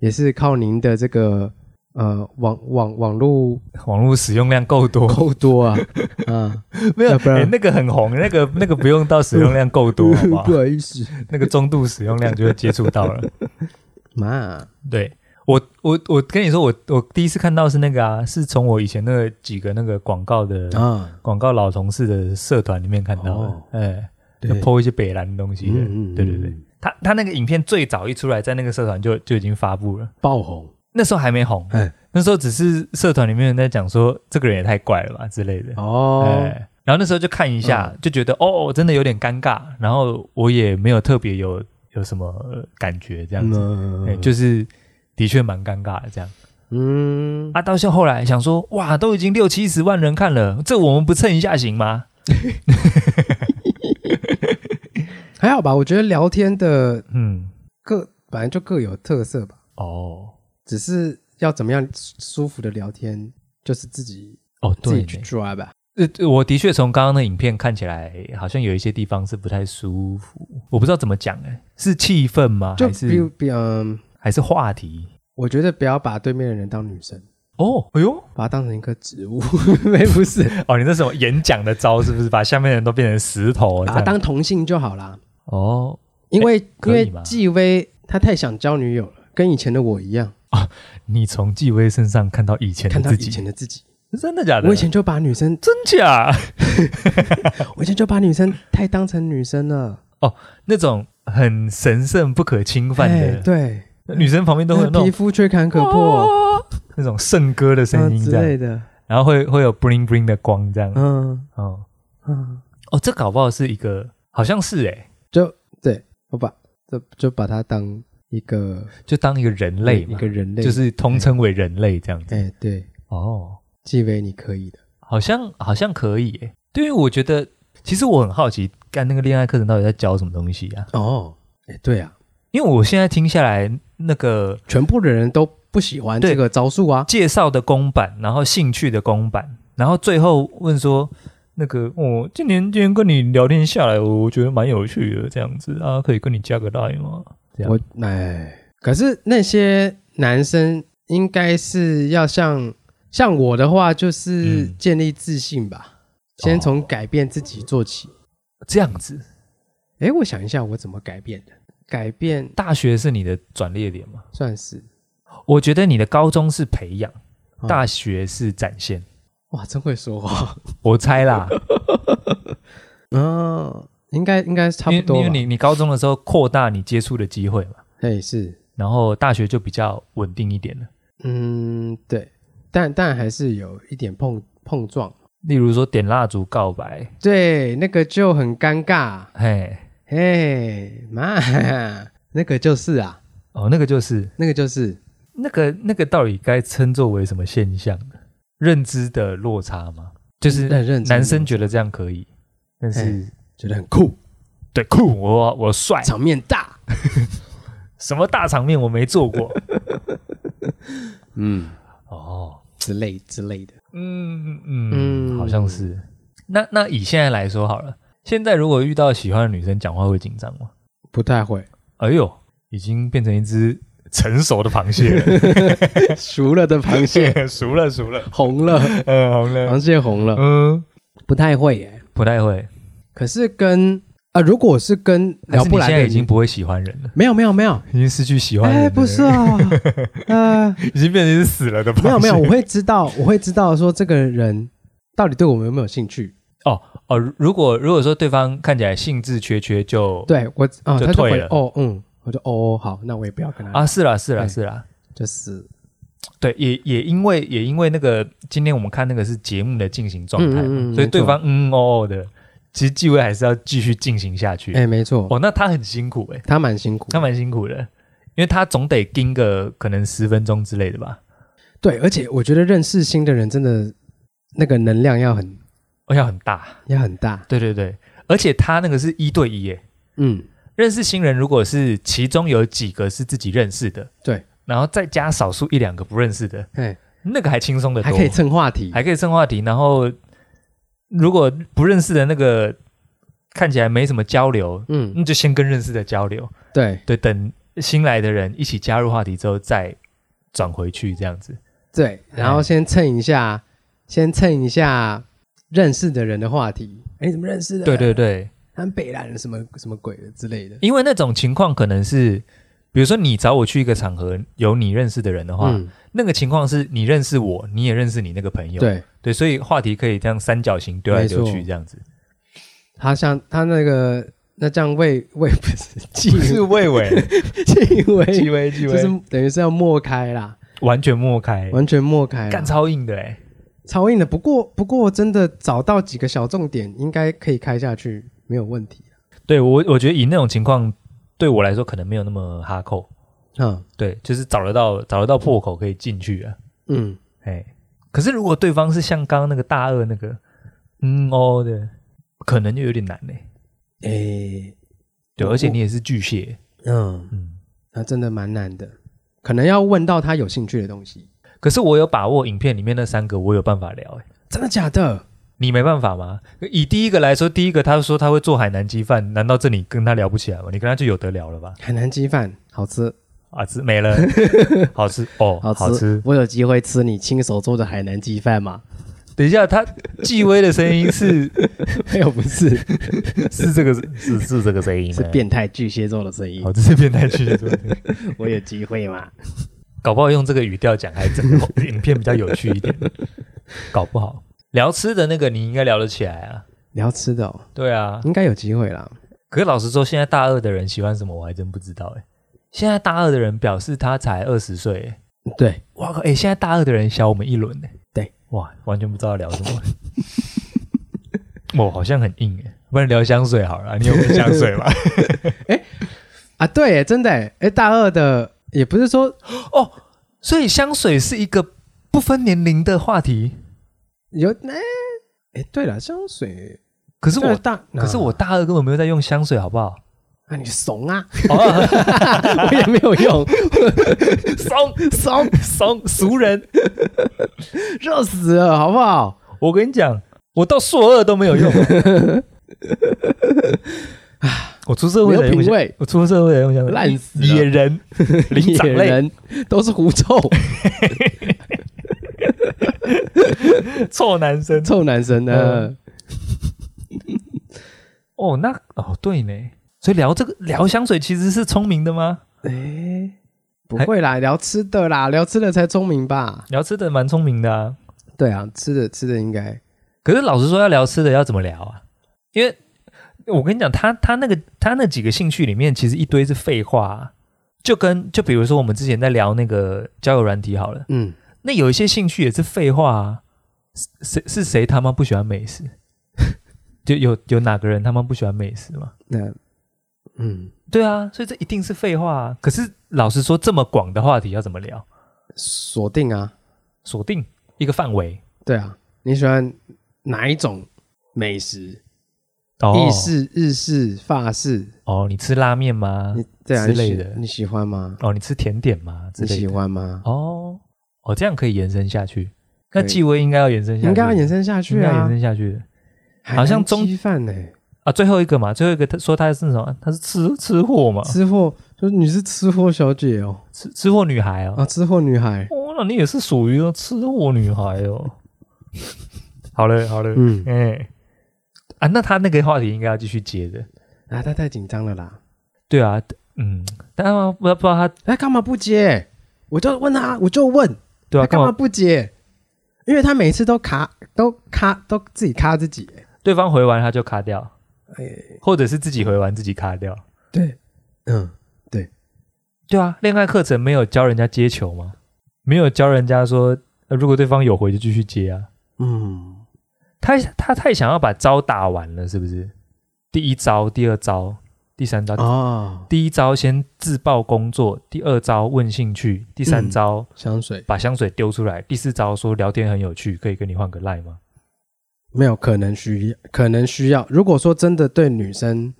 S2: 也是靠您的这个呃网网网络
S1: 网络使用量够多，
S2: 够多啊啊，
S1: 没有、
S2: 要不然
S1: 诶那个很红，那个那个不用到使用量够多， 好不好
S2: 不？好意思，
S1: 那个中度使用量就会接触到了。
S2: 妈，
S1: 对我，我我跟你说，我我第一次看到是那个啊，是从我以前那个几个那个广告的、
S2: 啊，
S1: 广告老同事的社团里面看到的
S2: 哦，
S1: 哎、
S2: 对
S1: 就 po 一些北蓝的东西的，
S2: 嗯嗯嗯
S1: 对对对。他他那个影片最早一出来，在那个社团就就已经发布了，
S2: 爆红，
S1: 那时候还没红，
S2: 哎，
S1: 那时候只是社团里面人在讲说这个人也太怪了吧之类的，
S2: 哦，嗯
S1: 哎，然后那时候就看一下，就觉得哦，真的有点尴尬，然后我也没有特别有有什么呃感觉这样子，哎
S2: 嗯，
S1: 就是的确蛮尴尬的这样。
S2: 嗯，
S1: 啊，到像后来想说，哇，都已经六七十万人看了，这我们不蹭一下行吗？
S2: 还好吧，我觉得聊天的
S1: 嗯，
S2: 各本来就各有特色吧，
S1: 哦
S2: 只是要怎么样舒舒服的聊天，就是自己
S1: 哦，
S2: 自
S1: 对
S2: 己去
S1: 呢，
S2: 抓吧。
S1: 呃，我的确从刚刚的影片看起来，好像有一些地方是不太舒服，我不知道怎么讲，哎，是气氛吗？
S2: 就
S1: 还
S2: 比如
S1: 是
S2: 比嗯，
S1: 还是话题？
S2: 我觉得不要把对面的人当女生，
S1: 哦，哎呦，
S2: 把它当成一棵植物， 没不是，
S1: 哦，你这什么演讲的招是不是？把下面的人都变成石头啊
S2: 把
S1: 这
S2: 它
S1: 样？
S2: 啊当同性就好啦。
S1: 哦，
S2: 因为因
S1: 可以
S2: 为
S1: 吗
S2: 纪薇她太想交女友了，跟以前的我一样，
S1: 你从纪薇身上看到以前
S2: 看
S1: 的
S2: 到
S1: 自
S2: 以
S1: 己，
S2: 前的自己。
S1: 真的假的？
S2: 我以前就把女生，
S1: 真假
S2: 我以前就把女生太当成女生了。
S1: 那种很神圣不可侵犯
S2: 哎，
S1: 的，哦
S2: 对，
S1: 女生旁边都会有那
S2: 那
S1: 种
S2: 皮肤缺坎可破
S1: 那种圣歌的声
S2: 嗯
S1: 音
S2: 之
S1: 这样，
S2: 类的，
S1: 然后会会有 bling bling 的光这样。
S2: 嗯
S1: 哦
S2: 嗯，
S1: 哦，这搞不好是一个，好像是哎诶，
S2: 对，我把就就把它当一个
S1: 就当一个人类
S2: 一
S1: 嘛
S2: 个，人类，
S1: 就是通称为人类这样子。
S2: 哎，对，
S1: 哦，
S2: 纪薇你可以的，
S1: 好像好像可以诶。对于我觉得，其实我很好奇，干那个恋爱课程到底在教什么东西啊？
S2: 哦，哎，对啊，
S1: 因为我现在听下来，那个
S2: 全部的人都不喜欢
S1: 对
S2: 这个招数啊。
S1: 介绍的公版，然后兴趣的公版，然后最后问说。那个，我、今年今天跟你聊天下来，我觉得蛮有趣的，这样子啊，可以跟你加个 line 吗？这样
S2: 我哎，可是那些男生应该是要像像我的话，就是
S1: 嗯哦
S2: 建立自信吧，先从改变自己做起。
S1: 这样子，
S2: 哎、我想一下，我怎么改变的？改变
S1: 大学是你的转捩点吗？
S2: 算是
S1: 我觉得你的高中是培养，
S2: 啊
S1: 大学是展现，
S2: 哇，真会说话。
S1: 我猜啦，
S2: 嗯、应该应该差
S1: 因
S2: 不
S1: 为
S2: 多
S1: 因
S2: 吧
S1: 为。你你高中的时候扩大你接触的机会嘛，
S2: 哎，是，
S1: 然后大学就比较稳定一点了。
S2: 嗯，对，但但还是有一点碰碰撞。
S1: 例如说点蜡烛告白，
S2: 对，那个就很尴尬。
S1: 嘿，
S2: 嘿，妈，那个就是啊，
S1: 哦，那个就是
S2: 那个就是。
S1: 那个那个到底该称作为什么现象呢？认知的落差吗？就是
S2: 嗯认认知
S1: 男生觉得这样可以，但是
S2: 嘿觉得很酷，
S1: 对酷我我帅，
S2: 场面大。
S1: 什么大场面我没做 过
S2: 嗯，
S1: 哦。
S2: 之类之类的。
S1: 嗯嗯，
S2: 嗯
S1: 好像是。那那以现在来说好了，现在如果遇到喜欢的女生，讲话会紧张吗？
S2: 不太会，
S1: 哎呦，已经变成一只成熟的螃蟹了，
S2: 熟了的螃蟹
S1: 熟了熟了，
S2: 红了，
S1: 嗯，好了，
S2: 螃蟹红了，
S1: 嗯，
S2: 不太会耶。
S1: 不太会。
S2: 可是跟啊，如果是跟聊
S1: 还是
S2: 不
S1: 你
S2: 来
S1: 现
S2: 的
S1: 在
S2: 人，
S1: 已经不会喜欢人了，
S2: 没有没有没有，
S1: 已经失去喜欢人了。
S2: 哎，不是啊，呃，
S1: 已经变成一只死了的螃蟹。
S2: 没有没有，我会知道， 我会知道说这个人到底对我们有没有兴趣。
S1: 哦。如果如果说对方看起来兴致缺缺就，
S2: 对我啊，
S1: 就
S2: 他就
S1: 退
S2: 会
S1: 了
S2: 哦嗯，我就哦好，那我也不要跟他
S1: 啊，是啦是啦
S2: 对
S1: 是啦，
S2: 就是
S1: 对，也也因为也因为那个今天我们看那个是节目的进行状态嘛，
S2: 嗯嗯嗯
S1: 所以
S2: 没错
S1: 对方嗯嗯哦哦的，其实继位还是要继续进行下去。
S2: 哎，没错，
S1: 哦，那他很辛苦哎、
S2: 他蛮辛苦的，
S1: 他蛮辛苦的，因为他总得盯个可能十分钟之类的吧。
S2: 对，而且我觉得认识新的人真的那个能量要很
S1: 哦，要很大，
S2: 要很大，
S1: 对对对，而且他那个是一对一哎耶。
S2: 嗯，
S1: 认识新人，如果是其中有几个是自己认识的，
S2: 对，
S1: 然后再加少数一两个不认识的，
S2: 哎，
S1: 那个还轻松的多，
S2: 还可以蹭话题，
S1: 还可以蹭话题。然后如果不认识的那个看起来没什么交流，
S2: 嗯，
S1: 那就先跟认识的交流，
S2: 对
S1: 对，等新来的人一起加入话题之后再转回去这样子。
S2: 对，然后
S1: 哎
S2: 先蹭一下，先蹭一下认识的人的话题，哎，你怎么认识的？
S1: 对对，对，
S2: 他们北兰什么什么鬼的之类的，
S1: 因为那种情况可能是，比如说你找我去一个场合，有你认识的人的话，
S2: 嗯，
S1: 那个情况是你认识我，你也认识你那个朋友，
S2: 对
S1: 对，所以话题可以这样三角形丢来丢
S2: 没
S1: 去
S2: 错
S1: 这样子。
S2: 他像他那个那这样魏魏不 是纪
S1: 魏 伟，
S2: 纪委，
S1: 微纪
S2: 就是等于是要默开啦，
S1: 完全抹开，
S2: 完全默开啦，
S1: 干超硬的哎、
S2: 超硬的，不过不过真的找到几个小重点，应该可以开下去，没有问题。
S1: 对我，我觉得以那种情况，对我来说可能没有那么哈扣。
S2: 嗯
S1: 对，就是找得到找得到破口可以进去啊。
S2: 嗯，
S1: 哎，可是如果对方是像刚刚那个大二那个，嗯哦的，可能就有点难嘞、
S2: 诶、
S1: 对，
S2: 我
S1: 而且你也是巨蟹，
S2: 嗯，
S1: 嗯。
S2: 那真的蛮难的，可能要问到他有兴趣的东西。
S1: 可是我有把握，影片里面那三个我有办法聊、哎，
S2: 真的假的？
S1: 你没办法吗？以第一个来说，第一个他说他会做海南鸡饭，难道这你跟他聊不起来吗？你跟他就有得聊了吧？
S2: 海南鸡饭好吃，
S1: 啊，吃没 了，好吃哦，
S2: 好吃。
S1: 好吃。
S2: 我有机会吃你亲手做的海南鸡饭吗？
S1: 等一下，他纪威的声音是
S2: 没有，不是，
S1: 是这个是是这个声音吗
S2: 是变态巨蟹座的声音
S1: 哦，。这是变态区的声音，
S2: 我有机会吗？
S1: 搞不好用这个语调讲，还整 个影片比较有趣一点。搞不好聊吃的那个你应该聊得起来啊，
S2: 你要吃的、哦，
S1: 对啊。
S2: 应该有机会啦。
S1: 可是老实说，现在大二的人喜欢什么，我还真不知道哎、现在大二的人表示他才二十岁欸，
S2: 对，
S1: 哇靠！哎、现在大二的人小我们一轮呢、
S2: 对，
S1: 哇，完全不知道聊什么。 我好像很硬哎、不然聊香水好了啊，你有闻香水 吗？
S2: 啊，对耶，真的耶，哎，大二的也不是说
S1: 哦，所以香水是一个不分年龄的话题。
S2: 有，哎、哎，对了，香水
S1: 可是
S2: 对
S1: 我，
S2: 大，啊
S1: 可是我大二根本没有在用香水，好不好？
S2: 那你怂啊，
S1: 哦，
S2: 我也没有用，
S1: 怂怂怂俗人，
S2: 热死了，好不好？
S1: 我跟你讲，我到硕二都没有 用。我出社
S2: 没
S1: 会
S2: 有
S1: 才用
S2: 品
S1: 想，
S2: 味，
S1: 我出社会才用想
S2: 烂死
S1: 野
S2: 了，
S1: 人、灵长
S2: 野
S1: 类、
S2: 人都是狐 臭，
S1: 臭男生。
S2: 臭男生呢？
S1: 哦，那哦对呢，所以聊这个聊香水其实是聪明的吗？
S2: 哎，不会啦，聊吃的啦，聊吃的才聪明吧？
S1: 聊吃的蛮聪明的啊，
S2: 对啊，吃的吃的应该
S1: 可是老实说，要聊吃的要怎么聊啊？因为我跟你讲，他他那个他那几个兴趣里面，其实一堆是废话啊、就跟就比如说我们之前在聊那个交友软体好了，
S2: 嗯，
S1: 那有一些兴趣也是废话啊。谁是谁他妈不喜欢美食？ 就有有哪个人他妈不喜欢美食吗？
S2: 那嗯，
S1: 对啊，所以这一定是废话啊。可是老实说，这么广的话题要怎么聊？
S2: 锁定啊，
S1: 锁定一个范围，
S2: 对啊，你喜欢哪一种美食？
S1: 哦
S2: 意式、日式、法式，
S1: 哦，你吃拉面吗
S2: 你？对啊
S1: 之
S2: 你喜
S1: 类的
S2: 你喜欢吗？
S1: 哦，你吃甜点吗？之
S2: 你
S1: 类的
S2: 喜欢吗？
S1: 哦，哦，这样可以延伸下去。那
S2: 可以
S1: 纪威应该要延伸下去，
S2: 应该要延伸下
S1: 应
S2: 去
S1: 该延
S2: 啊，
S1: 伸下去
S2: 海
S1: 好像
S2: 南
S1: 中
S2: 鸡饭呢、
S1: 啊。最后一个嘛，最后一个他说他是什么？他是吃吃货嘛，
S2: 吃货就是你是吃货小姐哦，
S1: 吃吃货女孩
S2: 啊，
S1: 哦。
S2: 吃货女孩，
S1: 哦，那你也是属于吃货女孩哦。好了好了，
S2: 嗯，
S1: 哎啊，那他那个话题应该要继续接的。
S2: 啊，她太紧张了啦，
S1: 对啊，嗯，但不知道不知道他
S2: 她干嘛不接？我就问她，我就问，
S1: 对啊
S2: 她干
S1: 干
S2: 嘛
S1: 嘛？
S2: 不接？因为她每次都卡，都卡，都自己卡自己、欸，
S1: 对方回完他就卡掉，
S2: 哎，
S1: 或者是自己回完自己卡掉。
S2: 对，嗯，
S1: 对啊，恋爱课程没有教人家接球吗？没有教人家说，呃如果对方有回就继续接啊。
S2: 嗯，
S1: 他他太想要把招打完了，是不是？第一招、第二招、第三招，
S2: 哦，
S1: 第一招先自曝工作，第二招问兴趣，第三
S2: 嗯
S1: 招
S2: 香水
S1: 把香水丢出来，第四招说聊天很有趣，可以跟你换个赖吗？
S2: 没有可能需要，可能需要。如果说真的对女生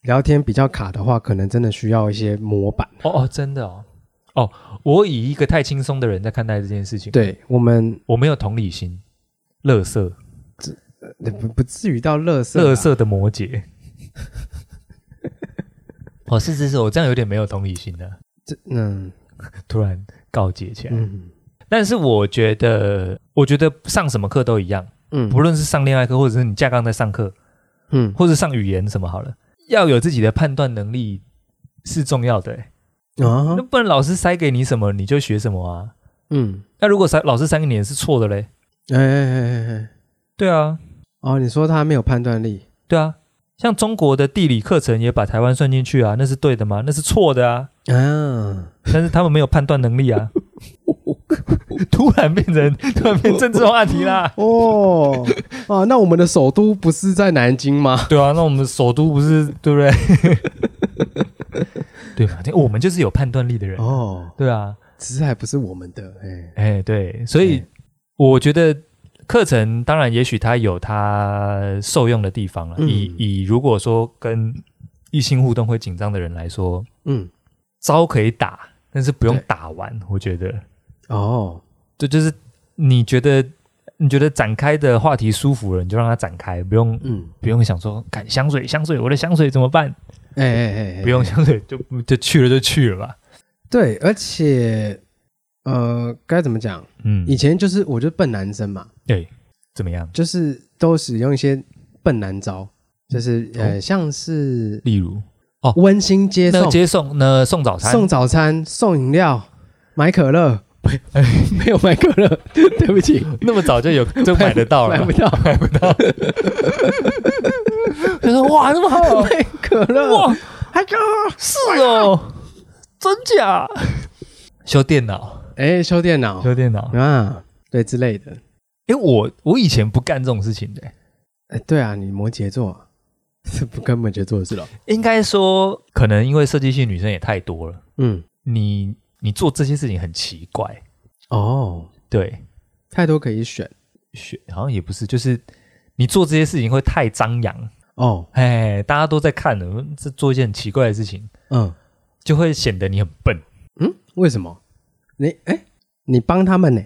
S2: 聊天比较卡的话，可能真的需要一些模板。
S1: 哦哦，真的哦哦，我以一个太轻松的人在看待这件事情，
S2: 对我们
S1: 我没有同理心，乐色
S2: 呃不不至于到乐色，
S1: 乐色的啊摩羯。 哦，是是是，我这样有点没有同理心了，
S2: 这，嗯
S1: 突然告诫起来。
S2: 嗯
S1: 但是我觉得，我觉得上什么课都一样，
S2: 嗯，
S1: 不论是上恋爱课，或者是你架杠在上课，
S2: 嗯
S1: 或者上语言什么好了，要有自己的判断能力是重要的欸、
S2: 啊
S1: 那不然老师塞给你什么你就学什么啊。
S2: 嗯，
S1: 那如果塞老师塞给你的是错的嘞？
S2: 哎哎哎哎哎，
S1: 对啊，
S2: 哦，你说他没有判断力，
S1: 对啊，像中国的地理课程也把台湾算进去啊，那是对的吗？那是错的啊，
S2: 啊，
S1: 但是他们没有判断能力啊。突然变成突然变政治话题啦。
S2: 哦 啊，那我们的首都不是在南京吗？
S1: 对啊，那我们首都不是对不对？ 对吧？我们就是有判断力的人。
S2: 哦，
S1: 对啊，
S2: 只是还不是我们的，哎，
S1: 哎，对，所以
S2: 哎
S1: 我觉得课程当然也许它有它受用的地方了。
S2: 嗯
S1: 以以如果说跟异性互动会紧张的人来说，
S2: 嗯，
S1: 招可以打，但是不用
S2: 对
S1: 打完。我觉得
S2: 哦，
S1: 这就是你觉得你觉得展开的话题舒服了，你就让它展开，不用。
S2: 嗯，
S1: 不用想说，看香水，香水，我的香水怎么办？
S2: 哎哎哎哎，
S1: 不用香水就就去了就去了吧。
S2: 对，而且呃，该怎么讲？
S1: 嗯，
S2: 以前就是我就笨男生嘛，
S1: 对，怎么样？
S2: 就是都使用一些笨男招，就是呃，
S1: 哦
S2: 像是
S1: 例如，
S2: 温馨接
S1: 那
S2: 送、
S1: 接送呢？送早餐，哎
S2: 送早餐、送饮料、买 可乐，没有买可乐， 对不起，
S1: 那么早就 有就买得到了，
S2: 买 不到
S1: 买不到。就说哇，那么 好，啊
S2: 买可乐，
S1: 哇，
S2: 还可乐，
S1: 是哦，真假？修电脑，
S2: 哎，修电脑
S1: 修电脑。
S2: 啊，对之类的，
S1: 哎，我我以前不干这种事情的，
S2: 哎，对啊，你摩羯座 啊，这不跟摩羯座的事了，
S1: 应该说，可能因为设计系女生也太多了，
S2: 嗯，
S1: 你你做这些事情很奇怪，
S2: 哦，
S1: 对，
S2: 太多可以选
S1: 学好像也不是，就是你做这些事情会太张扬，
S2: 哦，
S1: 哎，大家都在看呢，这做一件很奇怪的事情，
S2: 嗯
S1: 就会显得你很笨。
S2: 嗯，为什么？你哎、你帮他们呢、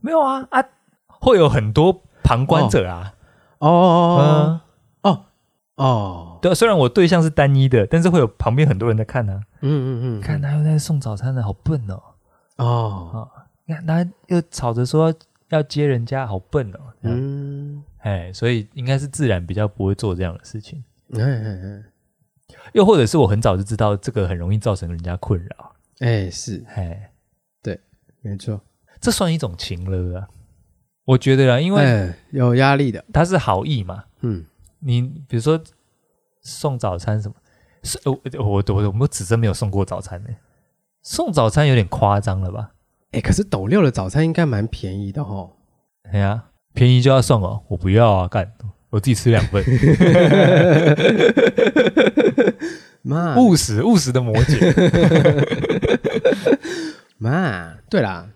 S1: 没有啊啊，会有很多旁观者啊。嗯、
S2: 哦哦哦哦，
S1: 对，虽然我对象是单一的，但是会有旁边很多人在看啊。
S2: 嗯嗯嗯，
S1: 看他又在送早餐的，好笨哦！
S2: 哦，
S1: 你看他又吵着说要接人家，好笨哦！嗯，
S2: 嗯，
S1: 哎，所以应该是自然比较不会做这样的事情。
S2: 哎哎哎
S1: 又或者是我很早就知道这个很容易造成人家困扰，
S2: 哎，是
S1: 哎，
S2: 没错，
S1: 这算一种情了啊？我觉得啊，因为
S2: 哎，有压力的，
S1: 他是好意嘛，
S2: 嗯，
S1: 你比如说送早餐什么，是呃我我我我们只真没有送过早餐呢、送早餐有点夸张了吧？
S2: 哎，可是斗六的早餐应该蛮便宜的哦。
S1: 哎呀、便宜就要送哦，我不要啊，干，我自己吃两 份，
S2: 妈
S1: 务实务实的摩 羯，
S2: 妈，对啦，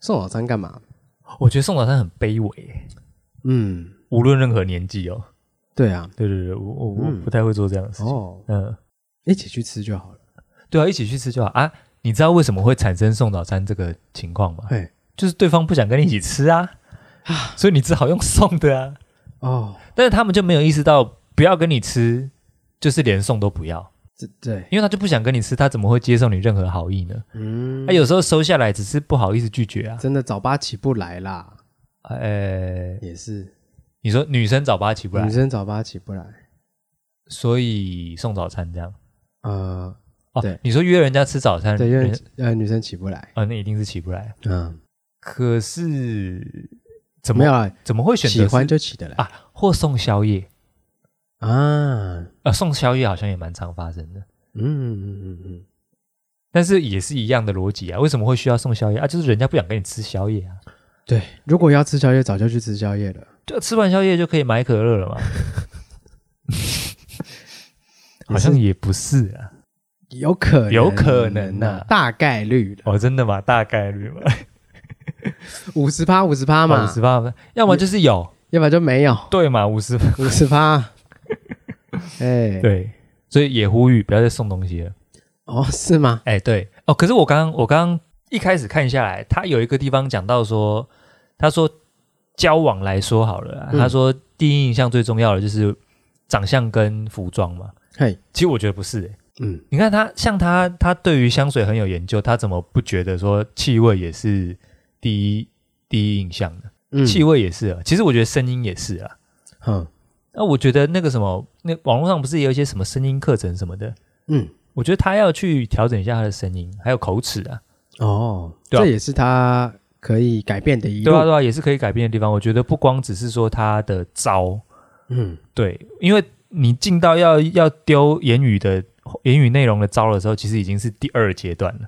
S2: 送早餐干嘛？
S1: 我觉得送早餐很卑微耶、
S2: 嗯，
S1: 无论任何年纪哦。
S2: 对啊，
S1: 对对对，我我我
S2: 嗯
S1: 不太会做这样的事情。
S2: 哦，
S1: 嗯，
S2: 一起去吃就好了。
S1: 对啊，一起去吃就好啊。你知道为什么会产生送早餐这个情况吗？
S2: 哎，
S1: 就是对方不想跟你一起吃啊，所以你只好用送的啊。
S2: 哦，
S1: 但是他们就没有意识到，不要跟你吃，就是连送都不要，
S2: 这对，
S1: 因为他就不想跟你吃，他怎么会接受你任何好意呢？哎
S2: 嗯
S1: 他、，有时候收下来只是不好意思拒绝啊。
S2: 真的早八起不来啦，
S1: 呃，
S2: 也是
S1: 你说女生早八起不来
S2: 女，生早八起不来。
S1: 所以送早餐这样
S2: 呃，
S1: 哦。
S2: 对
S1: 你说约人家吃早餐，
S2: 对，因为
S1: 人
S2: 呃女生起不来，
S1: 啊、那一定是起不来。
S2: 嗯，
S1: 可是怎
S2: 没
S1: 么
S2: 有啦，
S1: 怎么会选择
S2: 喜欢
S1: 是
S2: 就起得来
S1: 啊？或送宵夜
S2: 啊，
S1: 啊，送宵夜好像也蛮常发生的，
S2: 嗯嗯嗯嗯
S1: 但是也是一样的逻辑啊。为什么会需要送宵夜啊？就是人家不想跟你吃宵夜啊。
S2: 嗯，对，如果要吃宵夜，早就去吃宵夜了。
S1: 就吃完宵夜就可以买可乐了嘛？好像也不是啊，
S2: 有可能，啊
S1: 有可能啊呐
S2: 大概率的，
S1: 哦，真的吗？大概率嘛，
S2: 五十趴，五十趴啊 嘛
S1: 五，十八，要么就是有，
S2: 要不然就没有
S1: 对嘛，五十
S2: 五十 趴。哎，
S1: 对，所以也呼吁不要再送东西了。
S2: 哦，是吗？
S1: 哎，对哦，可是我刚刚我刚刚一开始看下来，他有一个地方讲到说，他说交往来说好了啊，
S2: 嗯
S1: 他说第一印象最重要的就是长相跟服装嘛。
S2: 嘿，
S1: 其实我觉得不是、欸，
S2: 嗯，
S1: 你看他，像他，他对于香水很有研究，他怎么不觉得说气味也是第一第一印象呢？
S2: 嗯
S1: 气味也是啊，其实我觉得声音也是啊。
S2: 嗯
S1: 那我觉得那个什么，那网络上不是也有一些什么声音课程什么的？
S2: 嗯，
S1: 我觉得他要去调整一下他的声音，还有口齿啊，
S2: 哦，
S1: 对啊
S2: 这也是他可以改变的一
S1: 对
S2: 路
S1: 啊，。对啊，也是可以改变的地方。我觉得不光只是说他的招，
S2: 嗯，
S1: 对，因为你进到要要丢言语的言语内容的招的时候，其实已经是第二阶段了。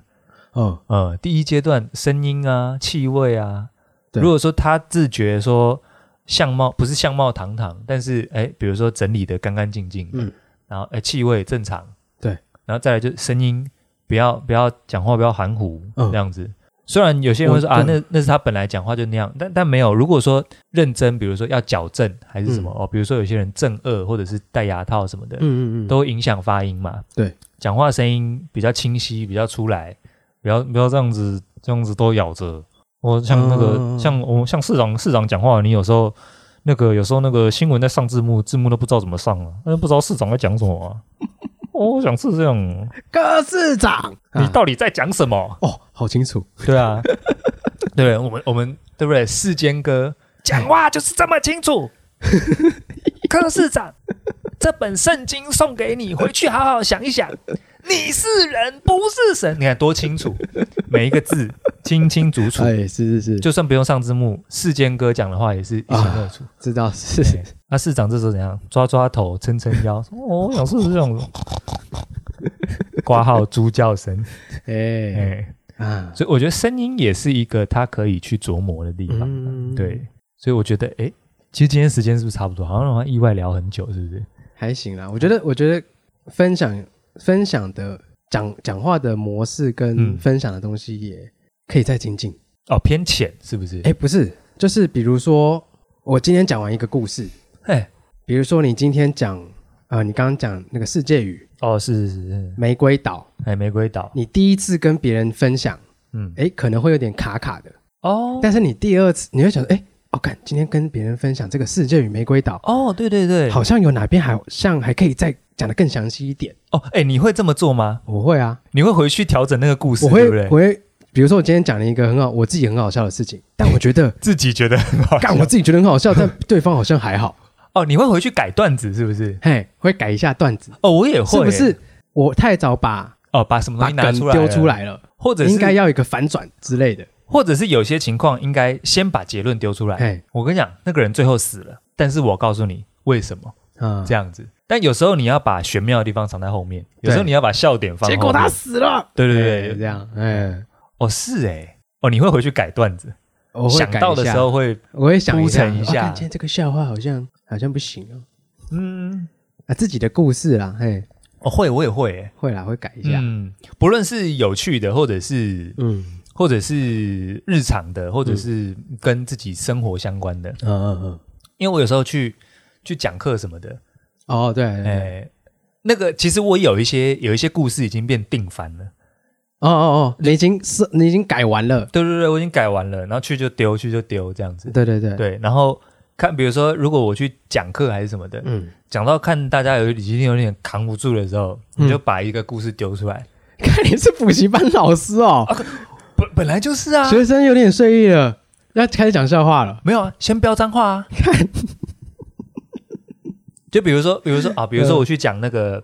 S2: 哦，
S1: 呃，第一阶段声音啊、气味啊，
S2: 对
S1: 如果说他自觉说相貌不是相貌堂堂，但是哎，比如说整理的干干净净，
S2: 嗯，
S1: 然后哎气味正常，
S2: 对，
S1: 然后再来就声音，不要不要讲话不要含糊、
S2: 嗯
S1: 这样子。虽然有些人会说
S2: 我
S1: 啊，
S2: 对
S1: 那那是他本来讲话就那样，但但没有。如果说认真，比如说要矫正还是什么、
S2: 嗯
S1: 哦，比如说有些人正颚或者是戴牙套什么的，
S2: 嗯嗯嗯，
S1: 都影响发音嘛。
S2: 对，
S1: 讲话声音比较清晰，比较出来，不要不要这样子，这样子都咬着。我像那个，
S2: 嗯
S1: 像我像市长市长讲话，你有时候那个有时候那个新闻在上字幕，字幕都不知道怎么上啊，那不知道市长在讲什 么啊。我想是这样，
S2: 柯市长，
S1: 你
S2: 啊
S1: 到底在讲什么？
S2: 哦，好清楚，
S1: 对啊，对，我们我们对不对？世间哥讲话就是这么清楚。柯市长，这本圣经送给你，回去好好想一想。你是人不是神，你看多清楚，每一个字清清楚楚。
S2: 哎，是是是，
S1: 就算不用上字幕，世间哥讲的话也是一清二楚。
S2: 知道是
S1: 对那、市长这时候怎样？抓抓头，撑撑腰，说哦，我想是这种。挂号猪叫声，哎、
S2: 哎啊，
S1: 所以我觉得声音也是一个他可以去琢磨的地方。啊
S2: 嗯
S1: 对，，所以我觉得，哎，其实今天时间是不是差不多？好像让他意外聊很久，是不是？
S2: 还行啦。我觉得，我觉得分享分享的讲讲话的模式跟
S1: 嗯
S2: 分享的东西也可以再精进。
S1: 哦，偏浅是不是？
S2: 哎，不是，就是比如说，我今天讲完一个故事，
S1: 哎，
S2: 比如说你今天讲呃，你刚刚讲那个世界语、
S1: 哦，是是是是，
S2: 玫瑰岛，
S1: 哎，玫瑰岛，
S2: 你第一次跟别人分享，
S1: 嗯，
S2: 哎，可能会有点卡卡的，
S1: 哦
S2: 但是你第二次你会想说，哎，哦，干，今天跟别人分享这个世界与玫瑰岛，
S1: 哦，对对对，
S2: 好像有哪边还像还可以再讲的更详细一点。
S1: 哦，哎，你会这么做吗？
S2: 我会啊，
S1: 你会回去调整那个故事，
S2: 我会
S1: 对不对
S2: 我？会，比如说我今天讲了一个很好，我自己很好笑的事情，但我觉得
S1: 自己觉得很好笑
S2: 干我自己觉得很好 笑，但对方好像还好，
S1: 哦，你会回去改段子是不是？
S2: 嘿，会改一下段子，
S1: 哦，我也会，
S2: 是不是？我太早把
S1: 哦，把什么东
S2: 把
S1: 西拿
S2: 梗
S1: 出来
S2: 丢出
S1: 了，
S2: 来了，
S1: 或者是
S2: 应该要有一个反转之类的，
S1: 或者是有些情况应该先把结论丢出来。
S2: 嘿，
S1: 我跟你讲，那个人最后死了，但是我告诉你为什么
S2: 啊
S1: 这，样子。但有时候你要把玄妙的地方藏在后面，有时候
S2: 对
S1: 你要把笑点放后
S2: 结
S1: 面。
S2: 果他死了，
S1: 对
S2: 对
S1: 对对，
S2: 这样，哎，
S1: 哦是哎，哦你会回去改段子，
S2: 我会
S1: 想
S2: 改
S1: 到
S2: 一
S1: 的
S2: 下
S1: 时候，会
S2: 我会想
S1: 铺
S2: 一下
S1: 陈一
S2: 哦
S1: 下
S2: 干今天这个笑话好像好像不行哦，
S1: 嗯，
S2: 啊，自己的故事啦，嘿，
S1: 哦会我也会哎，
S2: 会欸啦，会改一下，
S1: 嗯，不论是有趣的或者是
S2: 嗯
S1: 或者是日常的，或者是跟自己生活相关的，
S2: 嗯嗯嗯，
S1: 因为我有时候去去讲课什么的，
S2: 哦，对，
S1: 哎、
S2: 对对
S1: 那个其实我有一些有一些故事已经变定番了，
S2: 哦哦哦，你已经是你已经改完了，
S1: 对对对，我已经改完了，然后去就丢，去就丢这样子，
S2: 对对对，
S1: 对，然后看比如说如果我去讲课还是什么的，
S2: 嗯，
S1: 讲到看大家有已经有点扛不住的时候，
S2: 嗯
S1: 你就把一个故事丢出来，
S2: 看你是补习班老师哦，
S1: 本本来就是啊，
S2: 学生有点睡意了，要开始讲笑话了。
S1: 没有啊，先标脏话 啊。就比如说，比如说啊，比如说我去讲那个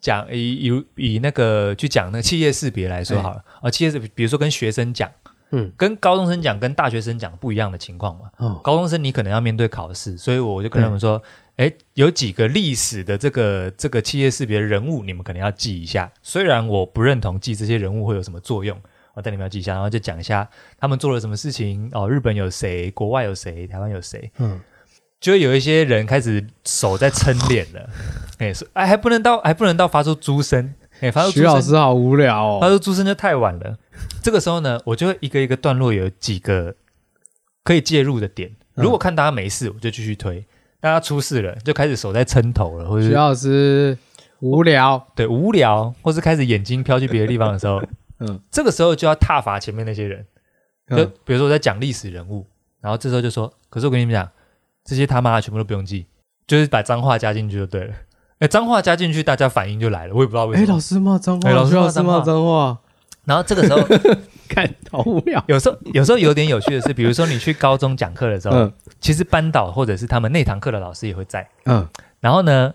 S1: 讲以以以那个去讲那个企业识别来说好了啊，企业识别比如说跟学生讲，
S2: 嗯，
S1: 跟高中生讲跟大学生讲不一样的情况嘛。
S2: 哦，
S1: 高中生你可能要面对考试，所以我就跟他们说，
S2: 嗯
S1: 哎，有几个历史的这个这个企业识别人物，你们可能要记一下。虽然我不认同记这些人物会有什么作用，我但你们要记一下，然后就讲一下他们做了什么事情哦，日本有谁，国外有谁，台湾有谁，
S2: 嗯，
S1: 就会有一些人开始手在撑脸 了，哎，说哎还不能到还不能到发出猪声，哎，发出猪
S2: 徐老
S1: 声
S2: 师好无聊
S1: 他
S2: 哦。
S1: 说出生就太晚了。 这个时候呢，我就会一个一个段落有几个可以介入的点。
S2: 嗯
S1: 如果看大家没事，我就继续推；大家出事了，就开始手在撑头了，或者
S2: 徐
S1: 是
S2: 老师无聊，
S1: 对无聊，或是开始眼睛飘去别的地方的时候，
S2: 嗯，
S1: 这个时候就要踏伐前面那些人。就
S2: 嗯
S1: 比如说我在讲历史人物，然后这时候就说：“可是我跟你们讲，这些他妈的全部都不用记，就是把脏话加进去就对了。”哎，脏话加进去，大家反应就来了，我也不知道为
S2: 哎，
S1: 什么。
S2: 老师骂脏话，
S1: 哎老师
S2: 徐
S1: 骂
S2: 老师骂脏话，
S1: 然后这个时候，
S2: 看好无聊。
S1: 有时候有时候有点有趣的是，比如说你去高中讲课的时候，
S2: 嗯
S1: 其实班导或者是他们那堂课的老师也会在。
S2: 嗯，
S1: 然后呢，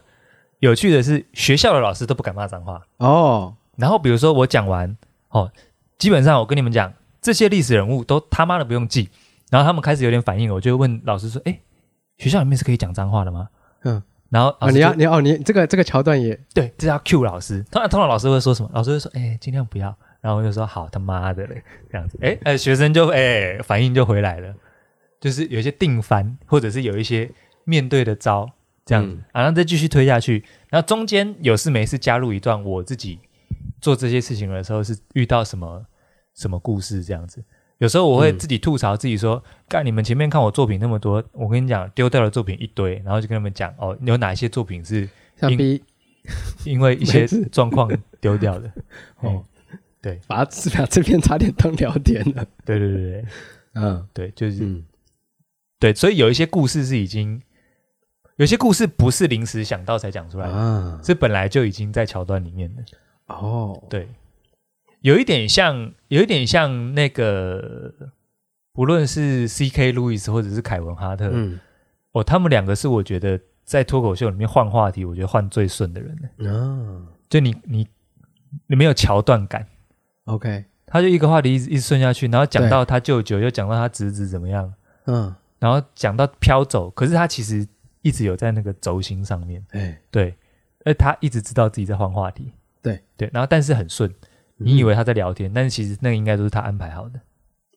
S1: 有趣的是学校的老师都不敢骂脏话。
S2: 哦，
S1: 然后比如说我讲完哦，基本上我跟你们讲，这些历史人物都他妈的不用记。然后他们开始有点反应了，我就问老师说：“哎，学校里面是可以讲脏话的吗？”
S2: 嗯，
S1: 然后老
S2: 啊，
S1: 师
S2: 你
S1: 就、
S2: 要你哦，你这个这个桥段也
S1: 对，这要 Q 老师。通常通常老师会说什么？老师会说：“哎，尽量不要。”然后我就说：“好他妈的嘞！”这样子，哎呃，学生就哎反应就回来了，就是有一些定番，或者是有一些面对的招这样子、
S2: 嗯
S1: 啊，然后再继续推下去。然后中间有事没事加入一段我自己做这些事情的时候是遇到什么什么故事这样子。有时候我会
S2: 嗯
S1: 自己吐槽自己说：“干、你们前面看我作品那么多，我跟你讲丢掉的作品一堆，然后就跟他们讲哦，有哪些作品是
S2: 像
S1: 因
S2: B
S1: 因为一些
S2: 没事
S1: 状况丢掉的。
S2: 哦
S1: 哦，，对，
S2: 把它把这边差点当聊天了。
S1: 对对对对
S2: 嗯
S1: 对，就是、
S2: 嗯，
S1: 对，所以有一些故事是已经，有些故事不是临时想到才讲出来的，
S2: 啊，
S1: 是本来就已经在桥段里面的。
S2: 哦，
S1: 对，有一点像，有一点像那个，不论是 C.K. 路易斯或者是凯文哈特，
S2: 嗯
S1: 哦，他们两个是我觉得在脱口秀里面换话题，我觉得换最顺的人了。
S2: 啊
S1: 就你你你没有桥段感。
S2: ，OK，
S1: 他就一个话题一直一直顺下去，然后讲
S2: 对
S1: 到他舅舅，又讲到他侄子怎么样，
S2: 嗯，
S1: 然后讲到飘走，可是他其实一直有在那个轴心上面，
S2: 哎，
S1: 对，而他一直知道自己在换话题，
S2: 对
S1: 对，然后但是很顺，
S2: 嗯
S1: 你以为他在聊天，但是其实那个应该都是他安排好的，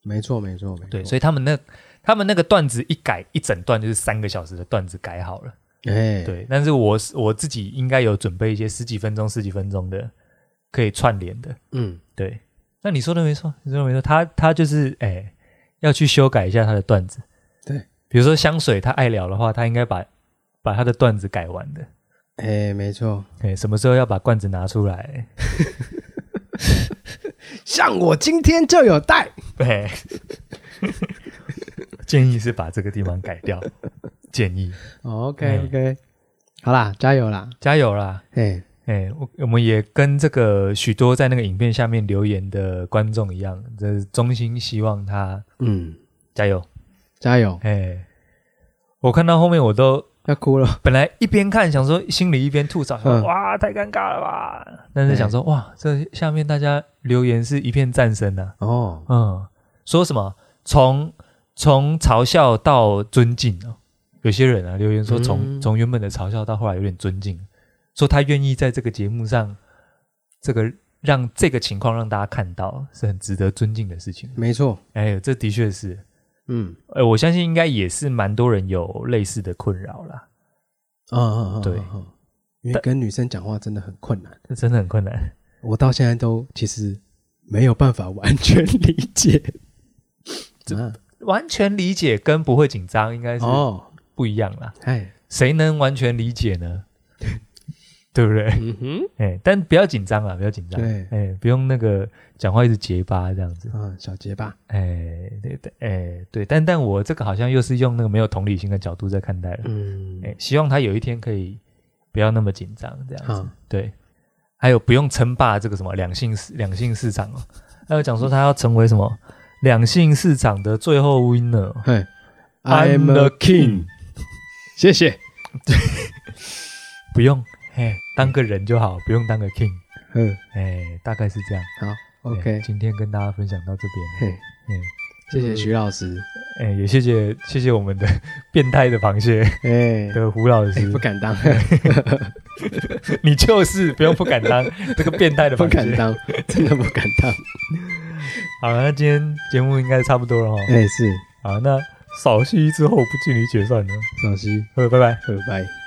S2: 没错没错没错，
S1: 对，所以他们那他们那个段子一改一整段就是三个小时的段子改好了，
S2: 以哎，
S1: 对，但是我是我自己应该有准备一些十几分钟、十几分钟的可以串联的，
S2: 嗯，
S1: 对，那你说的没错，你说的没错，他他就是哎、要去修改一下他的段子。
S2: 对，
S1: 比如说香水，他爱聊的话，他应该把把他的段子改完的。
S2: 哎，没错，
S1: 哎，什么时候要把罐子拿出来？
S2: 像我今天就有带。
S1: 对，哎 建议是把这个地方改 掉。建议
S2: OK
S1: 嗯
S2: OK，好啦，加油啦！
S1: 加油啦！
S2: 哎，
S1: 哎，我我们也跟这个许多在那个影片下面留言的观众一样，这衷心希望他
S2: 嗯，
S1: 加油。
S2: 加油，
S1: 哎，我看到后面我都
S2: 要哭了。
S1: 本来一边看想说心里一边吐槽，想说
S2: 嗯哎
S1: 哇太尴尬了吧，但是想说哇这下面大家留言是一片赞声呐、
S2: 哦，
S1: 嗯，说什么从从嘲笑到尊敬哦，有些人啊留言说从、
S2: 嗯
S1: 从原本的嘲笑到后来有点尊敬，说他愿意在这个节目上这个让这个情况让大家看到是很值得尊敬的事情。
S2: 没错，
S1: 哎，这的确是，
S2: 嗯，
S1: 呃，我相信应该也是蛮多人有类似的困扰啦，
S2: 啊啊啊，
S1: 对
S2: 啊，啊因为跟女生讲话真的很困难，
S1: 这真的很困难。
S2: 我到现在都其实没有办法完全理解。
S1: 这
S2: 啊
S1: 完全理解跟不会紧张应该是
S2: 哦，
S1: 不一样啦，
S2: 哎，
S1: 谁能完全理解呢？ 对不对？
S2: 嗯哼，
S1: 哎、但不要紧张啊，不要紧张，
S2: 对
S1: 哎、不用那个讲话一直结巴这样子，
S2: 啊，小结巴，
S1: 哎、对对，哎、对，但但我这个好像又是用那个没有同理心的角度在看待了，哎、
S2: 嗯，
S1: 希望他有一天可以不要那么紧张这样子，
S2: 好，
S1: 对，还有不用称霸这个什么两性市两性市场哦，还有讲说他要成为什么两性市场的最后 winner，哦
S2: 嘿
S1: I'm the king
S2: 谢谢。
S1: 不用，哎、当个人就好，不用当个 king，
S2: 嗯，
S1: 哎、大概是这样
S2: 好
S1: 哎
S2: ，OK，
S1: 今天跟大家分享到这边，
S2: 嘿，
S1: 嗯。
S2: 谢谢徐老师，
S1: 哎、也谢谢谢谢我们的 变态的螃蟹
S2: 哎，
S1: 的胡老师
S2: 哎，不敢当，
S1: 你就是不用不敢 当这个变态的
S2: 不
S1: 螃
S2: 敢
S1: 蟹。
S2: 当，真的不敢当。
S1: 好了，那今天节目应该差不多了哈。
S2: 哎，是
S1: 好，那少戏之后不敬礼解散了，
S2: 老师，
S1: 呃，拜拜。
S2: 拜拜。